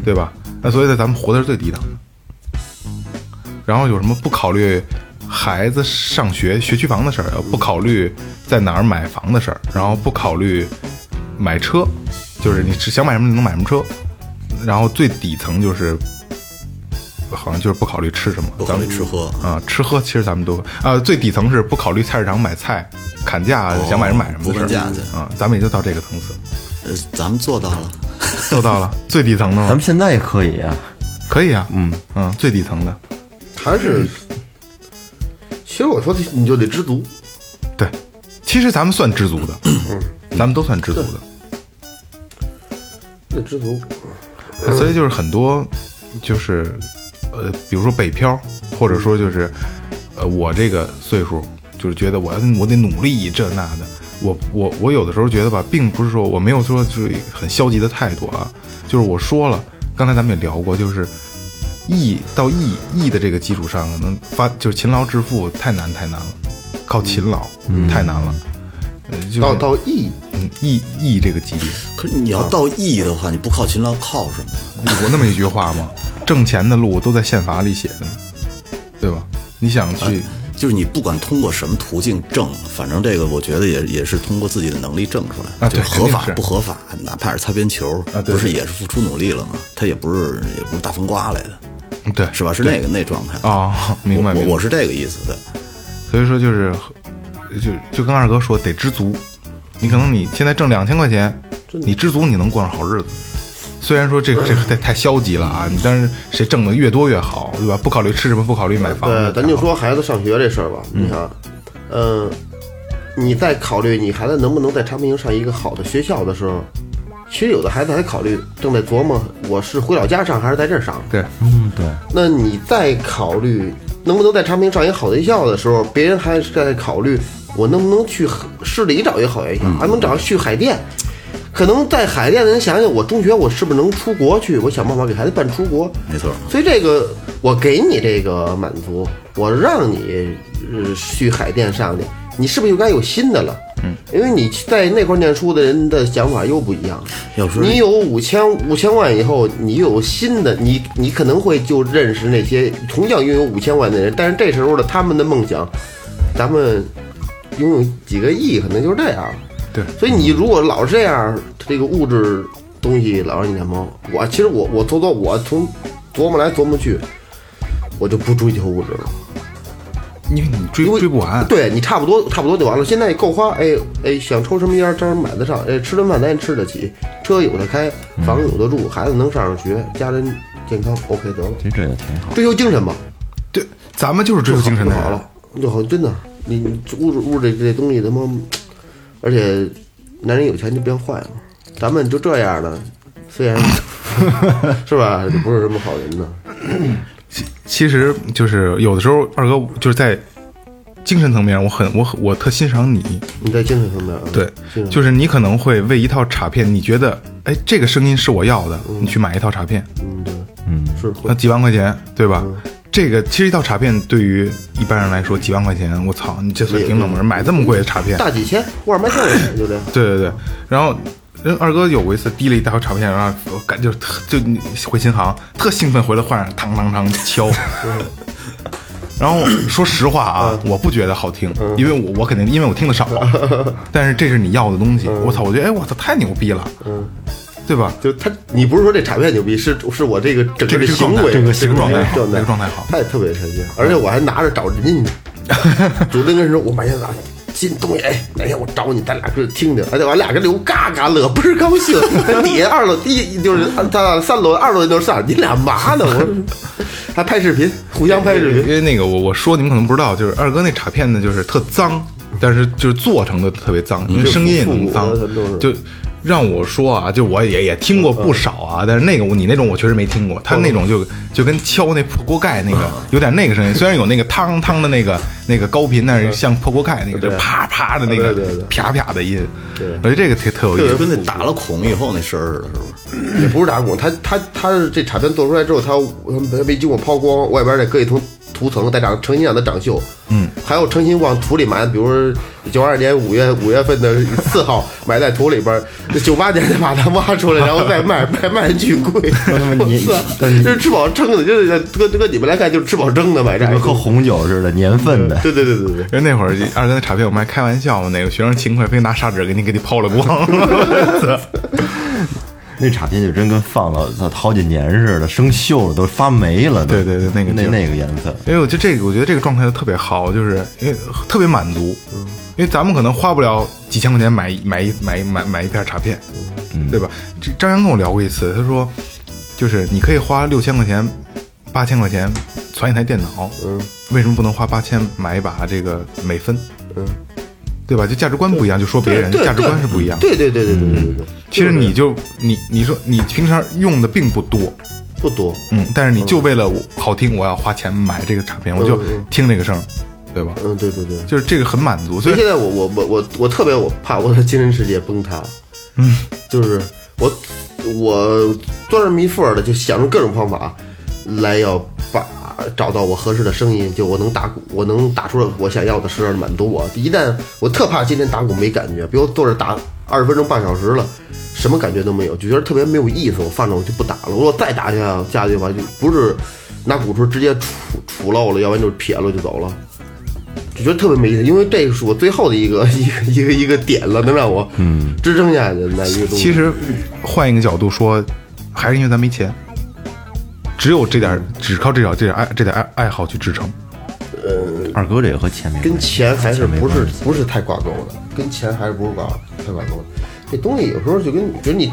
D: 对吧？那所以在咱们活的是最低档的。然后有什么不考虑孩子上学学区房的事儿，不考虑在哪儿买房的事儿，然后不考虑买车，就是你是想买什么你能买什么车，然后最底层就是好像就是不考虑吃什么，
F: 不考虑吃喝，
D: 啊、吃喝其实咱们都啊、最底层是不考虑菜市场买菜砍价，啊想买什么买什么
F: 不
D: 的
F: 问
D: 事儿
F: 价去
D: 啊、咱们也就到这个层次，
F: 呃，咱们做到了。
D: 都
F: [laughs]
D: 到了最底层的
G: 咱
D: 吗
G: 们？现在也可以啊。
D: 可以啊，嗯嗯，最底层的，
E: 还是，其实我说的你就得知足，
D: 对，其实咱们算知足
F: [clears throat]
D: 的，咱们都算知足的。
E: 得知足，
D: 所以就是很多就是呃，比如说北漂，或者说就是呃，我这个岁数，就是觉得我要我得努力这那的。我我我有的时候觉得吧，并不是说我没有说就是很消极的态度啊，就是我说了，刚才咱们也聊过，就是。义到义义的这个基础上，可能发就是勤劳致富太难太难了，靠勤劳、太难了。呃就是、
E: 嗯到到 E
D: 嗯义义这个级别，
F: 可是你要到义的话，你不靠勤劳靠什么呀？
D: 有过那么一句话吗？挣钱的路都在宪法里写着呢，对吧？你想去，
F: 就是你不管通过什么途径挣，反正这个我觉得也也是通过自己的能力挣出来的。
D: 啊对
F: 就合
D: 肯
F: 法
D: 定是
F: 不合法，哪怕是擦边球，
D: 啊对
F: 不是也是付出努力了吗？他也不是也不是大风刮来的，
D: 对
F: 是吧？是那个那状态。
D: 哦，明白
F: 呃我
D: 明白
F: 我。是这个意思的。
D: 所以说就是，就就跟二哥说，得知足。你可能你现在挣两千块钱，你知足，你能过上好日子。虽然说这个这个太太消极了啊，你但是谁挣的越多越好，对吧？不考虑吃什么，不考虑买房
E: 对，
D: 子，
E: 呃
D: 啊
E: 咱就说孩子上学这事儿吧，你看，嗯、你在考虑你孩子能不能在昌平上一个好的学校的时候，其实有的孩子还考虑正在琢磨我是回老家上还是在这儿上。
D: 对，
G: 嗯，对，
E: 那你在考虑能不能在昌平上一个好学校的时候，别人还是在考虑我能不能去市里找一个好学校，还能找去海淀。可能在海淀的人想想，我中学我是不是能出国去？我想办法给孩子办出国。
F: 没错
E: 所以这个我给你这个满足，我让你呃去海淀上去，你是不是又该有新的了？嗯，因为你在那块儿念书的人的想法又不一样。
F: 要说
E: 你有五千五千万以后，你有新的，你你可能会就认识那些同样拥有五千万的人，但是这时候的他们的梦想，咱们拥有几个亿，可能就是这样。
D: 对，
E: 所以你如果老是这样，这个物质东西老让你脸蒙，我其实我我琢磨，我从琢磨来琢磨去，我就不追求物质了。
D: 因为你追
E: 因为
D: 追不完。
E: 对你差不多差不多就完了。现在够花，哎哎，想抽什么烟儿，照样买得上，哎，吃顿饭咱也吃得起，车有的开，房有的
D: 嗯
E: 住，孩子能上上学，家人健康，OK 得了。
G: 其实这也挺好。
E: 追求精神吧，
D: 对，咱们嗯就是追求精神
E: 就
D: 的
E: 好
D: 人
E: 了，就好，真的，你你物质物质这东西他妈，而且男人有钱就变坏了，咱们就这样了，虽
D: [laughs]
E: 然是吧，也不是什么好人呢。
D: 其实就是有的时候，二哥就是在精神层面，我很我很我特欣赏你，
E: 你在精神方面啊，
D: 对
E: 精神，
D: 就是是你可能会为一套卡片，你觉得哎这个声音是我要的，你去买一套卡片，
E: 嗯对，嗯是会
D: 那几万块钱对吧？这个其实一套卡片对于一般人来说几万块钱，我操，你这算挺冷门，买这么贵的卡片，
E: 大几千，沃尔玛上也就这样。
D: 对对对，然后。人二哥有过一次滴了一大盒卡片，然后我感觉特就你回琴行特兴奋，回来换上当当当敲。然后说实话啊，我不觉得好听，因为我我肯定因为我听的少，啊但是这是你要的东西，我操，我觉得哎我操太牛逼了，对吧？
E: 就他，你不是说这产品牛逼，是是我这个整
D: 这个这个
E: 个行
D: 状态
E: 为，
D: 这个
E: 行
D: 行状态好
E: 状
D: 这个状态好
E: 太特别神奇，而且我还拿着找
D: [laughs]
E: 人家去，主动跟人说，我买件啥新东西，哎，哪天我找你，咱俩去听听，而且我俩跟刘嘎嘎乐，倍儿高兴，在底下二楼一就是咱俩三楼二楼就是上，你俩嘛呢？
D: [laughs]
E: 我说还拍视频，互相拍视
D: 因
E: 频，
D: 为那个我我说你们可能不知道，就是二哥那卡片呢，就是特脏，但是就是做成的特别脏，因为声音也能脏
E: 复古的嗯都是，
D: 就。让我说啊，就我也也听过不少
E: 嗯
D: 啊，但是那个我你那种我确实没听过，他那种就就跟敲那破锅盖那个
E: 嗯
D: 有点那个声音，虽然有那个汤汤的那个那个高频，但是像破锅盖那个就啪啪的那个
E: 对对对
D: 啪啪的音，我觉得这个特特有意
F: 就
D: 思。
F: 跟那打了孔以后那声儿似的，是不是？
E: 也不是打鼓，他他他是这产品做出来之后，他没没经过抛光，外边再搁一层涂层，再长重新让它长锈。嗯，还有诚心往土里埋，比如说九二年五月五月份的四号埋在土里边，九八年再把它挖出
F: [laughs]
E: 来，然后再卖，卖卖巨贵。 [laughs] 我操，这是吃饱撑的，就是搁搁你们来看就是吃饱撑的买这
G: 就
E: 个
G: 跟。喝红酒似的，年份的，
E: 对对对对对，
D: 因为那会儿二哥那卡片我们还开玩笑嘛，哪个学生勤快非拿砂纸给你给你抛了光， [laughs]
G: 那卡片就真跟放了操好几年似的，生锈了，都发霉了都。
D: 对对对那个
G: 那
D: 劲儿
G: 那个颜色，
D: 因为我觉得哎这个，我觉得这个状态就特别好，就是因为特别满足，
E: 嗯
D: 因为咱们可能花不了几千块钱买一买一买一买买一片卡片，
E: 嗯
D: 对吧？这张扬跟我聊过一次，他说，就是你可以花六千块钱、八千块钱攒一台电脑，
E: 嗯
D: 为什么不能花八千买一把这个美分？对吧？就价值观不一样，就说别人
E: 嗯对对
D: 价值观是不一样的。
E: 对对对对对对对对，
D: 其实你就你你说你平常用的并不多，
E: 不多，
D: 嗯，但是你就为了我好听，我要花钱买这个唱片，我就听这个声儿，对吧？
E: 嗯，对对对。
D: 就是这个很满足，所
E: 所以
D: 以
E: 现在我我我我我特别我怕我的精神世界崩塌，嗯，就是我我钻着迷缝儿的就想出各种方法来要把找到我合适的声音，就我能打鼓，我能打出我想要的声儿，满足我。一旦我特怕今天打鼓没感觉，比如坐着打二十分钟半小时了。什么感觉都没有，就觉得特别没有意思。我放着我就不打了。我说我再打下下去吧，就不是拿鼓槌直接杵杵漏了，要不然就撇了就走了。就觉得特别没意思，因为这个是我最后的一个一个一个一个点了，能让我 [laughs] 嗯支撑下去的那一个东西。
D: 其实换一个角度说，还是因为咱没钱，只有这点儿，只靠这点儿这点儿爱这点儿爱爱好去支撑。
G: 二哥这个和钱没关系
E: 跟钱还是不是
G: 钱没关系
E: 不是太挂钩的，跟钱还是不是挂太挂钩的。这东西有时候就跟比如你，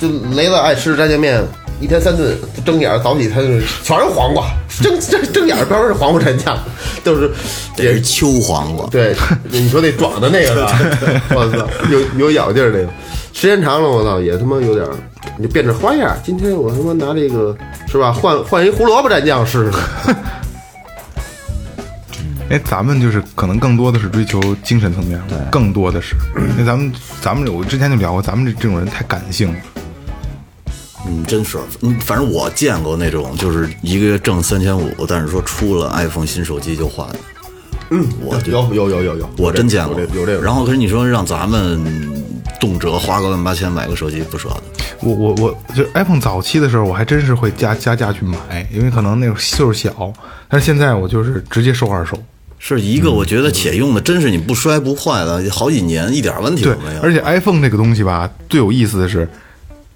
E: 就雷子爱吃炸酱面，一天三顿不睁眼儿早起他就是全是
G: [laughs]
E: 黄瓜，睁睁睁眼儿标是黄瓜蘸酱，就是
F: 也是秋黄瓜，
E: 对，你说那壮的那个吧，我操，有有咬劲儿那个，时间长了，我操，也他妈有点儿，你就变着花样儿。今天我他妈拿这个是吧，换换一胡萝卜蘸酱试试。
D: 哎，咱们就是可能更多的是追求精神层面，更多的是，因为咱们咱们我之前就聊过，咱们这这种人太感性了，
F: 嗯，真是，嗯，反正我见过那种，就是一个月挣三千五，但是说出了 iPhone 新手机就换了，嗯，我就
E: 有有有有有，
F: 我真见
E: 有
F: 过
E: 这有这个。
F: 然后可是你说让咱们动辄花个万八千买个手机不舍得，
D: 我我我就是 iPhone 早期的时候，我还真是会加加价去买，因为可能那个岁数小，但是现在我就是直接收二手。
F: 是一个我觉得且用的，真是你不摔不坏的，好几年一点问题
D: 对
F: 都没，有。
D: 而且 iPhone 这个东西吧，最有意思的是，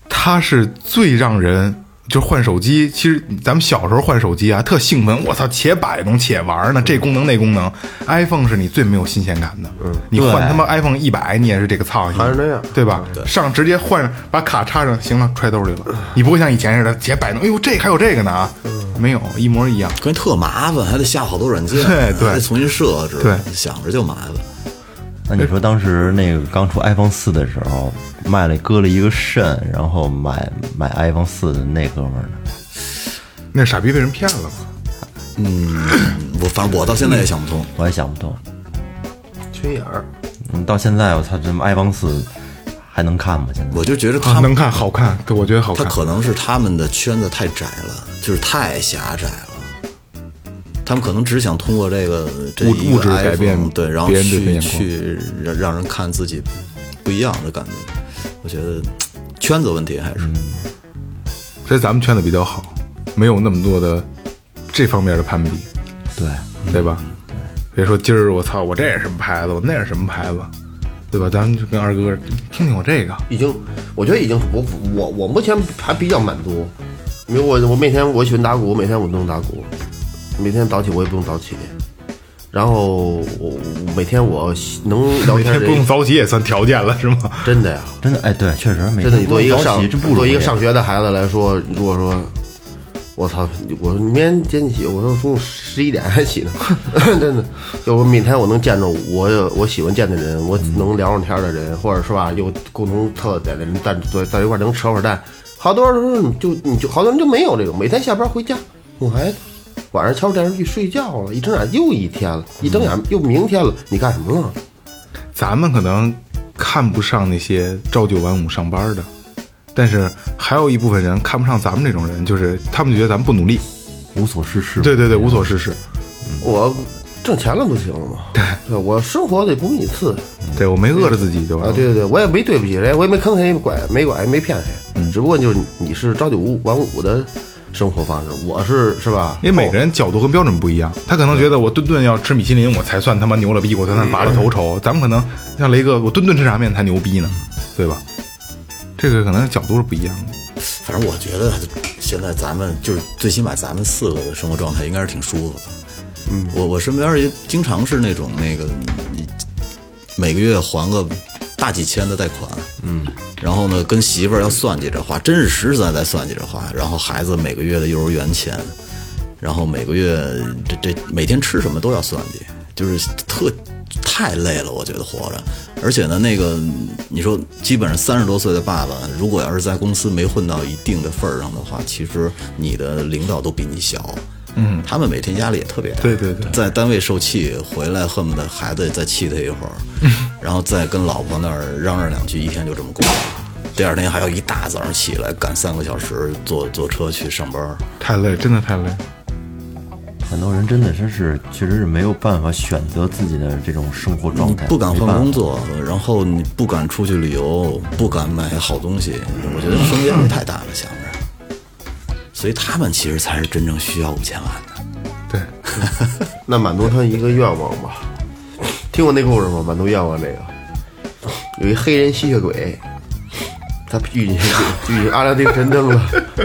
D: 它是最让人就换手机。其实咱们小时候换手机啊，特兴奋，我操，且摆弄且玩呢，这功能那功能。iPhone 是你最没有新鲜感的，你换他妈 iPhone 一百，你也是这个操性，
E: 还是那样
D: 对吧？上直接换，把卡插上，行了，揣兜里了。你不会像以前似的且摆弄，哎呦，这还有这个呢啊，没有，一模一样。
F: 关键特麻烦，还得下好多软
D: [laughs]
F: 件，
D: 对对
F: 还得重新设置，
D: 对
F: 想着就麻烦。
G: 那你说当时那个刚出 iPhone 四的时候，卖了割了一个肾，然后买买 iPhone 四的那哥们儿呢？
D: 那傻逼被人骗了嘛？
F: 嗯我反正我到现在也想不通，
G: 我也想不通。
E: 缺眼儿，
G: 嗯到现在我操，这 iPhone 四还能看吗？现在
F: 我就觉得
D: 啊
F: 他，们
D: 能看好看，对，我觉得好
F: 他
D: 看。
F: 可能是他们的圈子太窄了，就是太狭窄了。他们可能只想通过这个这
D: 物
F: 一个
D: 物质改
F: iPhone，
D: 变
F: 对，然后
D: 别人对他
F: 去
D: 眼光
F: 去让让人看自己不一样的感觉。我觉得圈子问题还是、
D: 所以咱们圈子比较好，没有那么多的这方面的攀比，
G: 对，
D: 对
G: 嗯
D: 吧？别说今儿我操，我这是什么牌子，我那是什么牌子，对吧？咱们就跟二哥听听我这个，
E: 已经，我觉得已经我我我目前还比较满足，因为我我每天我喜欢打鼓，我每天我都能打鼓，每天早起我也不用早起，然后我我每天我能聊
D: 每天
E: 天儿的
D: 不用早起也算条件了，是吗？
E: 真的呀。
G: 真的哎，对，确实每
E: 真的，你
G: 天
E: 作为一个
G: 早
E: 上
G: 起，这不
E: 作
G: 容
E: 为一
G: 易
E: 个。上学的孩子来说，如果说，我操，我说明天今天起，我说中午十一点还起呢， [laughs] 真的，就是每天我能见着我我喜欢见的人，我
G: 嗯
E: 能聊上天的人，或者是吧有共同特点的人，在在在一块儿能扯会儿蛋，好多人就你就好多人就没有这个，每天下班回家，我还晚上瞧着电视剧睡觉了，一睁眼又一天了，一睁眼
G: 嗯
E: 又明天了，你干什么了？
D: 咱们可能看不上那些朝九晚五上班的，但是还有一部分人看不上咱们这种人，就是他们觉得咱们不努力，
G: 无所事嗯事。
D: 对对对，无所事事。
G: 嗯
E: 我挣钱了不行了吗？对，我生活得不比你次
G: 嗯
D: 对我没饿着自己就完
E: 啊！
D: 了。
E: 对对对，我也没对不起谁，我也没坑谁，没拐没拐，没骗谁。
D: 嗯
E: 只不过就是你是朝九晚五的生活方式，我是是吧？
D: 因为每个人角度跟标准不一样，他可能觉得我顿顿要吃米其林，我才算他妈牛了逼，我才算拔了头筹。咱们可能像雷哥，我顿顿吃啥面才牛逼呢，对吧？这个可能角度是不一样的。
F: 反正我觉得现在咱们就是最起码咱们四个的生活状态应该是挺舒服的。嗯，我我身边也经常是那种那个你每个月还个大几千的贷款，嗯，然后呢跟媳妇儿要算计着花，真是实实在在算计着花，然后孩子每个月的幼儿园钱，然后每个月这这每天吃什么都要算计，就是特。太累了，我觉得活着。而且呢，那个你说，基本上三十多岁的爸爸，如果要是在公司没混到一定的份儿上的话，其实你的领导都比你小。嗯，他们每天压力也特别大，
D: 对对对
F: 在单位受气，回来恨不得孩子也再气他一会儿，
D: [laughs]
F: 然后再跟老婆那儿嚷嚷两句，一天就这么过了。第二天还要一大早上起来赶三个小时坐坐车去上班儿，
D: 太累，真的太累。
G: 很多人真的真是，确实是没有办法选择自己的这种生活状态，
F: 嗯不敢
G: 没
F: 换
G: 办法
F: 工作，然后你不敢出去旅游，不敢买好东西，我觉得生压力太大了，想着。所以他们其实才是真正需要五千万的。
D: 对，
E: 那满足他一个愿望吧。听过那故事吗？满足愿望这个，有一黑人吸血鬼，他遇见 [laughs] 遇见阿拉丁神灯了，
D: [laughs]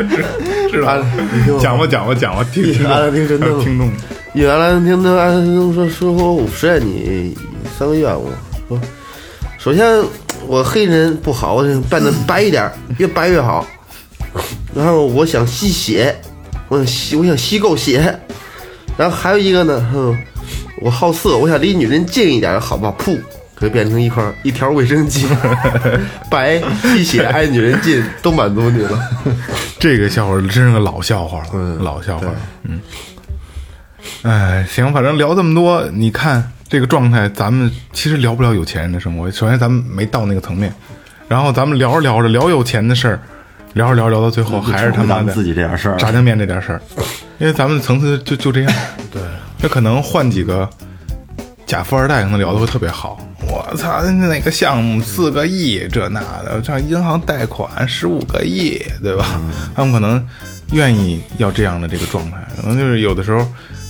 D: 是吧
E: 啊你听我
D: 讲吧讲吧讲吧，听 [laughs] 听
E: 阿拉
D: 懂
E: 丁神灯，
D: 听懂。
E: 遇见阿拉丁神灯，阿拉丁神灯说说说我实现你三个愿望，说首先我黑人不好，我得扮的白一点儿，越白越好。 [laughs] 然后我想吸血，我想吸，我想吸够血。然后还有一个呢，哼，我好色，我想离女人近一点，好吧？噗，可以变成一块一条卫生巾， [laughs] 白吸血挨女人近都满足你了。
D: [laughs] 这个笑话真是个老笑话了，老笑话了。嗯，哎，行，反正聊这么多，你看这个状态，咱们其实聊不了有钱人的生活。首先，咱们没到那个层面，然后咱们聊着聊着聊有钱的事儿，聊着聊着聊到最后还是他妈
G: 咱
D: 的
G: 们自己这点事儿
D: 炸酱面这点事儿，因为咱们层次就就这样。对，那可能换几个假富二代，可能聊的会特别好。我操，哪个项目四个亿这那的，像银行贷款十五个亿，对吧？他们可能愿意要这样的这个状态，可能就是有的时候。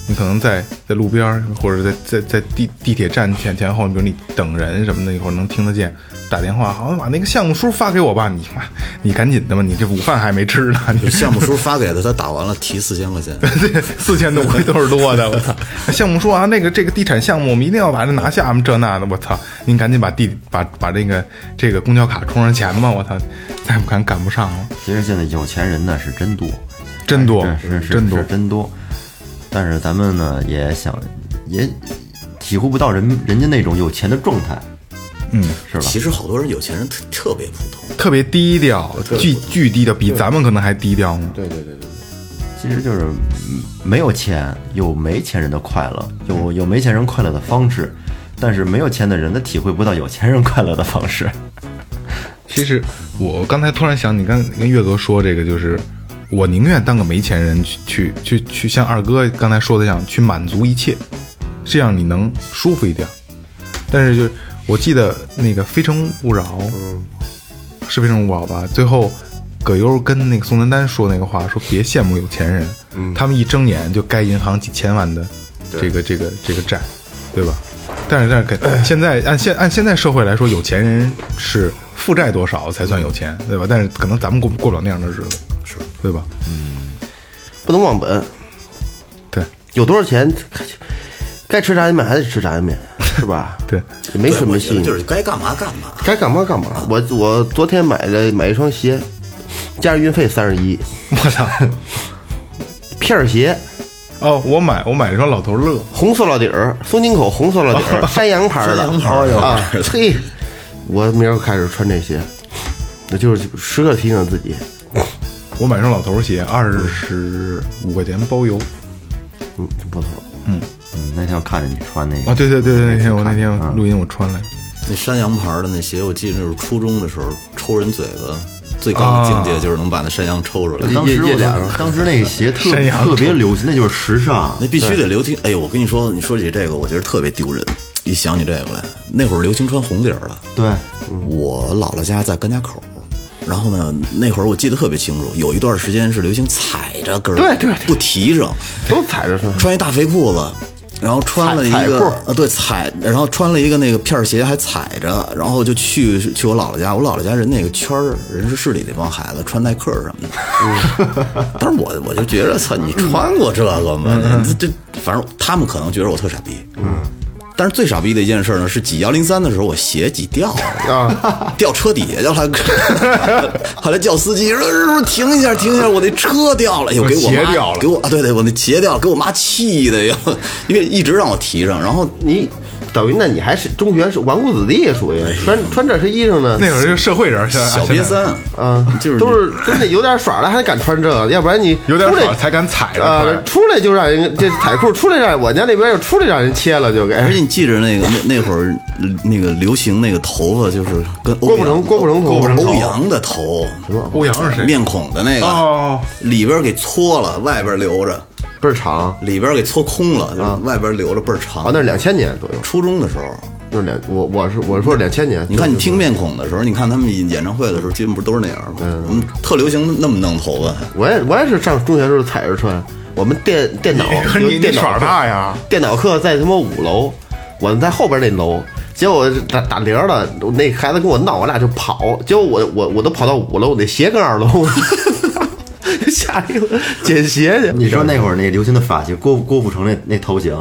D: 你可能在在路边儿，或者在在在地地铁站前前后，比如你等人什么的，一会儿能听得见打电话，好像把那个项目书发给我吧，你妈你赶紧的吧，你这午饭还没吃呢，你
F: 项目书发给他，他打完了提四千块 [laughs] 钱。
D: 对， [laughs] 四千多块都是多的，我操！ [laughs] 项目说啊，那个这个地产项目，我们一定要把它拿下，这那的，我操！您赶紧把地把把这个这个公交卡充上钱吧，我操！再不赶赶不上了，
G: 其实现在有钱人呢是真多，
D: 真多
G: 哎
E: 哦
G: 是是是
D: 真多
G: 是真多。但是咱们呢也想也体会不到人人家那种有钱的状态，
D: 嗯，
G: 是吧？
F: 其实好多人有钱人特特别普通，
D: 特别低调，巨巨低调，比咱们可能还低调呢。
E: 对对对对，
G: 其实就是嗯没有钱有没钱人的快乐，有有没钱人快乐的方式，但是没有钱的人他体会不到有钱人快乐的方式。
D: 其实我刚才突然想，你刚跟岳哥说这个，就是我宁愿当个没钱人去去去去，像二哥刚才说的一样，去满足一切，这样你能舒服一点。但是就我记得那个《非诚勿扰》，是《非诚勿扰》吧？最后葛优跟那个宋丹丹说那个话，说别羡慕有钱人，
F: 嗯
D: 他们一睁眼就该银行几千万的这个这个这个债，对吧？但是但是
F: [clears throat]
D: 给现在按现按现在社会来说，有钱人是负债多少才算有钱，对吧？但是可能咱们过过不了那样的日子，是对吧？
E: [laughs] 不能忘本。
D: 对 [laughs]？
E: 有多少钱，该吃炸酱面还得吃炸酱面，是吧
D: 对，
E: 也没什么
F: 我觉
E: 戏
F: 得，就是该干嘛干嘛。
E: 该干嘛干嘛。我我昨天买了买一双鞋，加上运费三十一，
D: 我操！
E: 片儿鞋，
D: 哦，我买我买了一双老头乐，
E: 红塑料底儿，松紧口红塑料底儿，山羊牌的，啊，嘿，我明儿开始穿这鞋，我就是时刻提醒自己，
D: 我买一双老头鞋，二十五块钱包邮。
E: 嗯，不错。
G: 嗯，那天我看着你穿那个
D: 啊，对对对对，那天我那天
F: 啊
D: 录音我穿了，
F: 那山羊牌的那鞋，我记得就是初中的时候抽人嘴巴，最高的境界就是能把那山羊抽出来。
G: 当时
E: 夜
G: 我
E: 夜
G: 当时当时那个鞋特
D: 山羊
G: 特别流行，那就是时尚。
F: 那必须得留听。哎呦，我跟你说，你说起这个，我觉得特别丢人。一想起这个来，那会儿流行穿红底儿了。
G: 对，
F: 我姥姥家在甘家口，然后呢，那会儿我记得特别清楚，有一段时间是流行踩着跟儿，
E: 对对对
F: 不提上，
E: 都踩着穿，
F: 穿一大肥裤子。然后穿了一
E: 踩
F: 个
E: 踩裤
F: 啊，对，踩，然后穿了一个那个片儿鞋，还踩着，然后就去去我姥姥家，我姥姥家人那个圈儿，人是市里那帮孩子穿耐克什么的，但是我我就觉得，操，你穿过这个吗？你这这反正他们可能觉得我特傻逼，嗯，但是最傻逼的一件事呢，是挤幺零三的时候，我鞋挤掉了，掉车底下去了， [laughs] 后来叫司机说说停一下，停一下，我那车掉了，又哎给我
D: 鞋
F: 妈
D: 掉了
F: 给哎我啊，对对，我那鞋掉了，给我妈气的呀，因为一直让我提上，然后
E: 你等于那你还是中学是纨绔子弟，属于穿穿这身衣裳呢，
D: 那会儿就社会人，现在
F: 小瘪，
D: 现在
F: 三
E: 啊，
F: 就是
E: 都是真的有点耍了还敢穿这个，要不然你
D: 有点
E: 出来
D: 少才敢踩
E: 呃
D: 着，
E: 出来就让人这彩裤出来让我家那边就出来让人切了就给，
F: 而且你记着那个那那会儿那个流行那个头发就是跟欧
E: 郭富城
F: 阳
E: 郭富城头
F: 欧阳的头，
D: 欧阳是谁？
F: 面孔的那个，
D: 哦，
F: 里边给搓了，外边留着，
E: 倍儿长啊，
F: 里边给搓空了，就是外边留着倍儿长。
E: 哦那是两千年左右，
F: 初中的时候，
E: 就是两我我是我说两千年，
F: 你看你听面孔的时候，你看他们演唱会的时候，基本不是都是那样吗？我们特流行那么弄头发，
E: 我也我也是上中学时候踩着穿，我们电电 [laughs] 脑
D: 可是
E: 有
D: 你你
E: 哦电脑
D: 耍
E: 课
D: 大呀？
E: 电脑课在他妈五楼，我在后边那楼，结果打打铃了，那孩子跟我闹，我俩就跑，结果我我我都跑到五楼，我那鞋跟二楼， [laughs] 吓一个捡鞋去。
B: 你说那会儿那流行的发型，郭郭富城那那头型，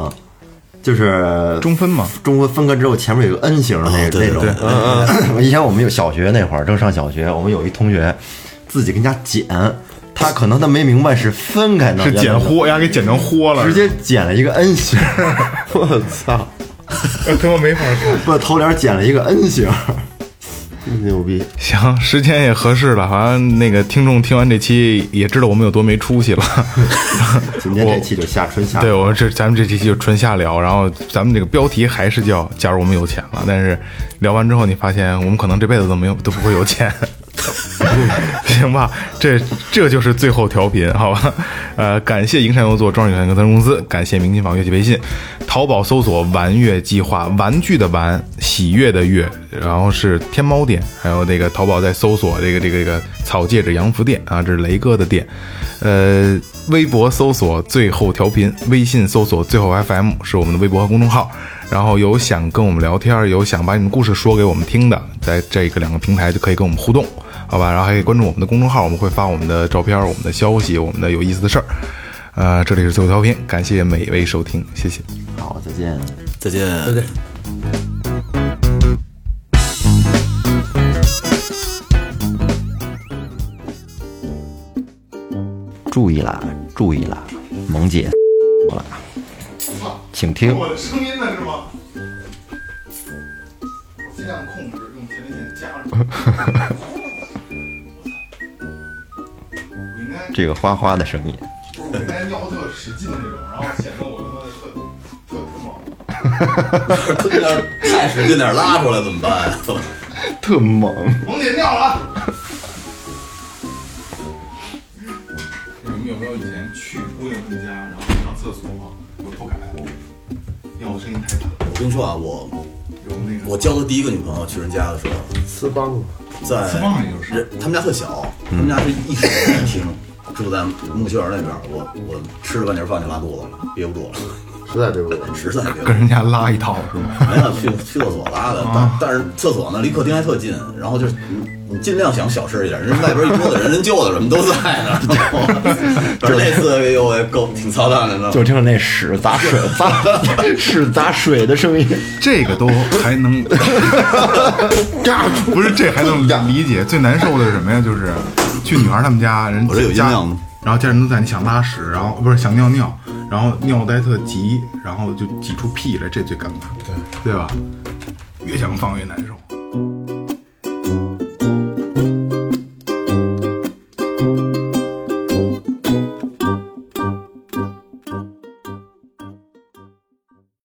B: 就是
D: 中分嘛，
B: 中分分割之后前面有个 N 型的那
F: 哦对
B: 那种嗯 [laughs]
F: 对。
B: 我印象我们有小学那会儿正上小学，我们有一同学自己跟家剪，他可能他没明白是分开呢，
D: 是剪豁，呀，给剪成豁了，
B: 直接剪了一个 N 型，
E: 我操，
D: 他妈没法看。
B: 把头帘剪了一个 N 型。 [laughs]
E: 牛逼！
D: [laughs] 行，时间也合适了，好像那个听众听完这期也知道我们有多没出息了。
B: 今天这期就下春夏，
D: 对我们这咱们这期就纯瞎聊，然后咱们这个标题还是叫“假如我们有钱了”，但是聊完之后你发现我们可能这辈子都没有都不会有钱， [laughs] 行吧？这这就是最后调频，好吧？呃，感谢营山优作装饰有限责任公司，感谢明琴坊乐器培训，淘宝搜索“玩乐计划”，玩具的玩，喜悦的悦，然后是天猫店，还有那个淘宝在搜索这个这个这个草戒指洋服店啊，这是雷哥的店，呃，微博搜索最后调频，微信搜索最后 FM 是我们的微博和公众号。然后有想跟我们聊天，有想把你们故事说给我们听的，在这个两个平台就可以跟我们互动，好吧？然后还可以关注我们的公众号，我们会发我们的照片、我们的消息、我们的有意思的事儿。呃，这里是最后调频，感谢每一位收听，谢谢。
B: 好，再见。
F: 再见。 [laughs]
B: 注意啦，注意啦，萌姐，我啦，请听。
D: 的声音呢是吗？我尽量控制，用前列腺夹住。
B: [laughs]
D: 我应该
B: 这个哗哗的声音。
D: 我应该腰特使劲那种，然后显得我他妈特特特猛。
F: 啊太使劲点拉出来怎么办啊 [laughs] 呀？
B: 特猛。
D: 萌姐尿了。你们有没有以前去姑娘们家，然后上厕所有偷改，因为我声音太大，
F: 我跟你说啊，我
D: 有那个
F: 我交的第一个女朋友去人家的时候，
E: 斯邦
F: 在
D: 私放也就是
F: 人他们家特小，他们家是一室一厅，住在木樨园那边儿。我我吃着半截饭就拉肚子了，憋不住了，
E: 实在对不住，
F: 实在憋不住
D: 跟。人家拉一套是吗？
F: 没有去去厕所拉的，但但是厕所呢离客厅还特近，然后就是你你尽量想小事一点，人外边一桌子人人舅子什么都在那儿，你知道吗？但是那次哎呦喂，够挺操蛋的，你知道吗
B: 就听那屎砸
D: [laughs]
B: 水砸屎砸水的声音，
D: 这个都还
B: [laughs]
D: 能，不是这还能理解。最难受的是什么呀？就是去女孩他们家，人
F: 我这有
D: 家
F: 音量吗
D: 然后家人都在，你想拉屎，然后不是想尿尿，然后尿得特急，然后就挤出屁来，这最尴尬，对对吧？越想放越难受。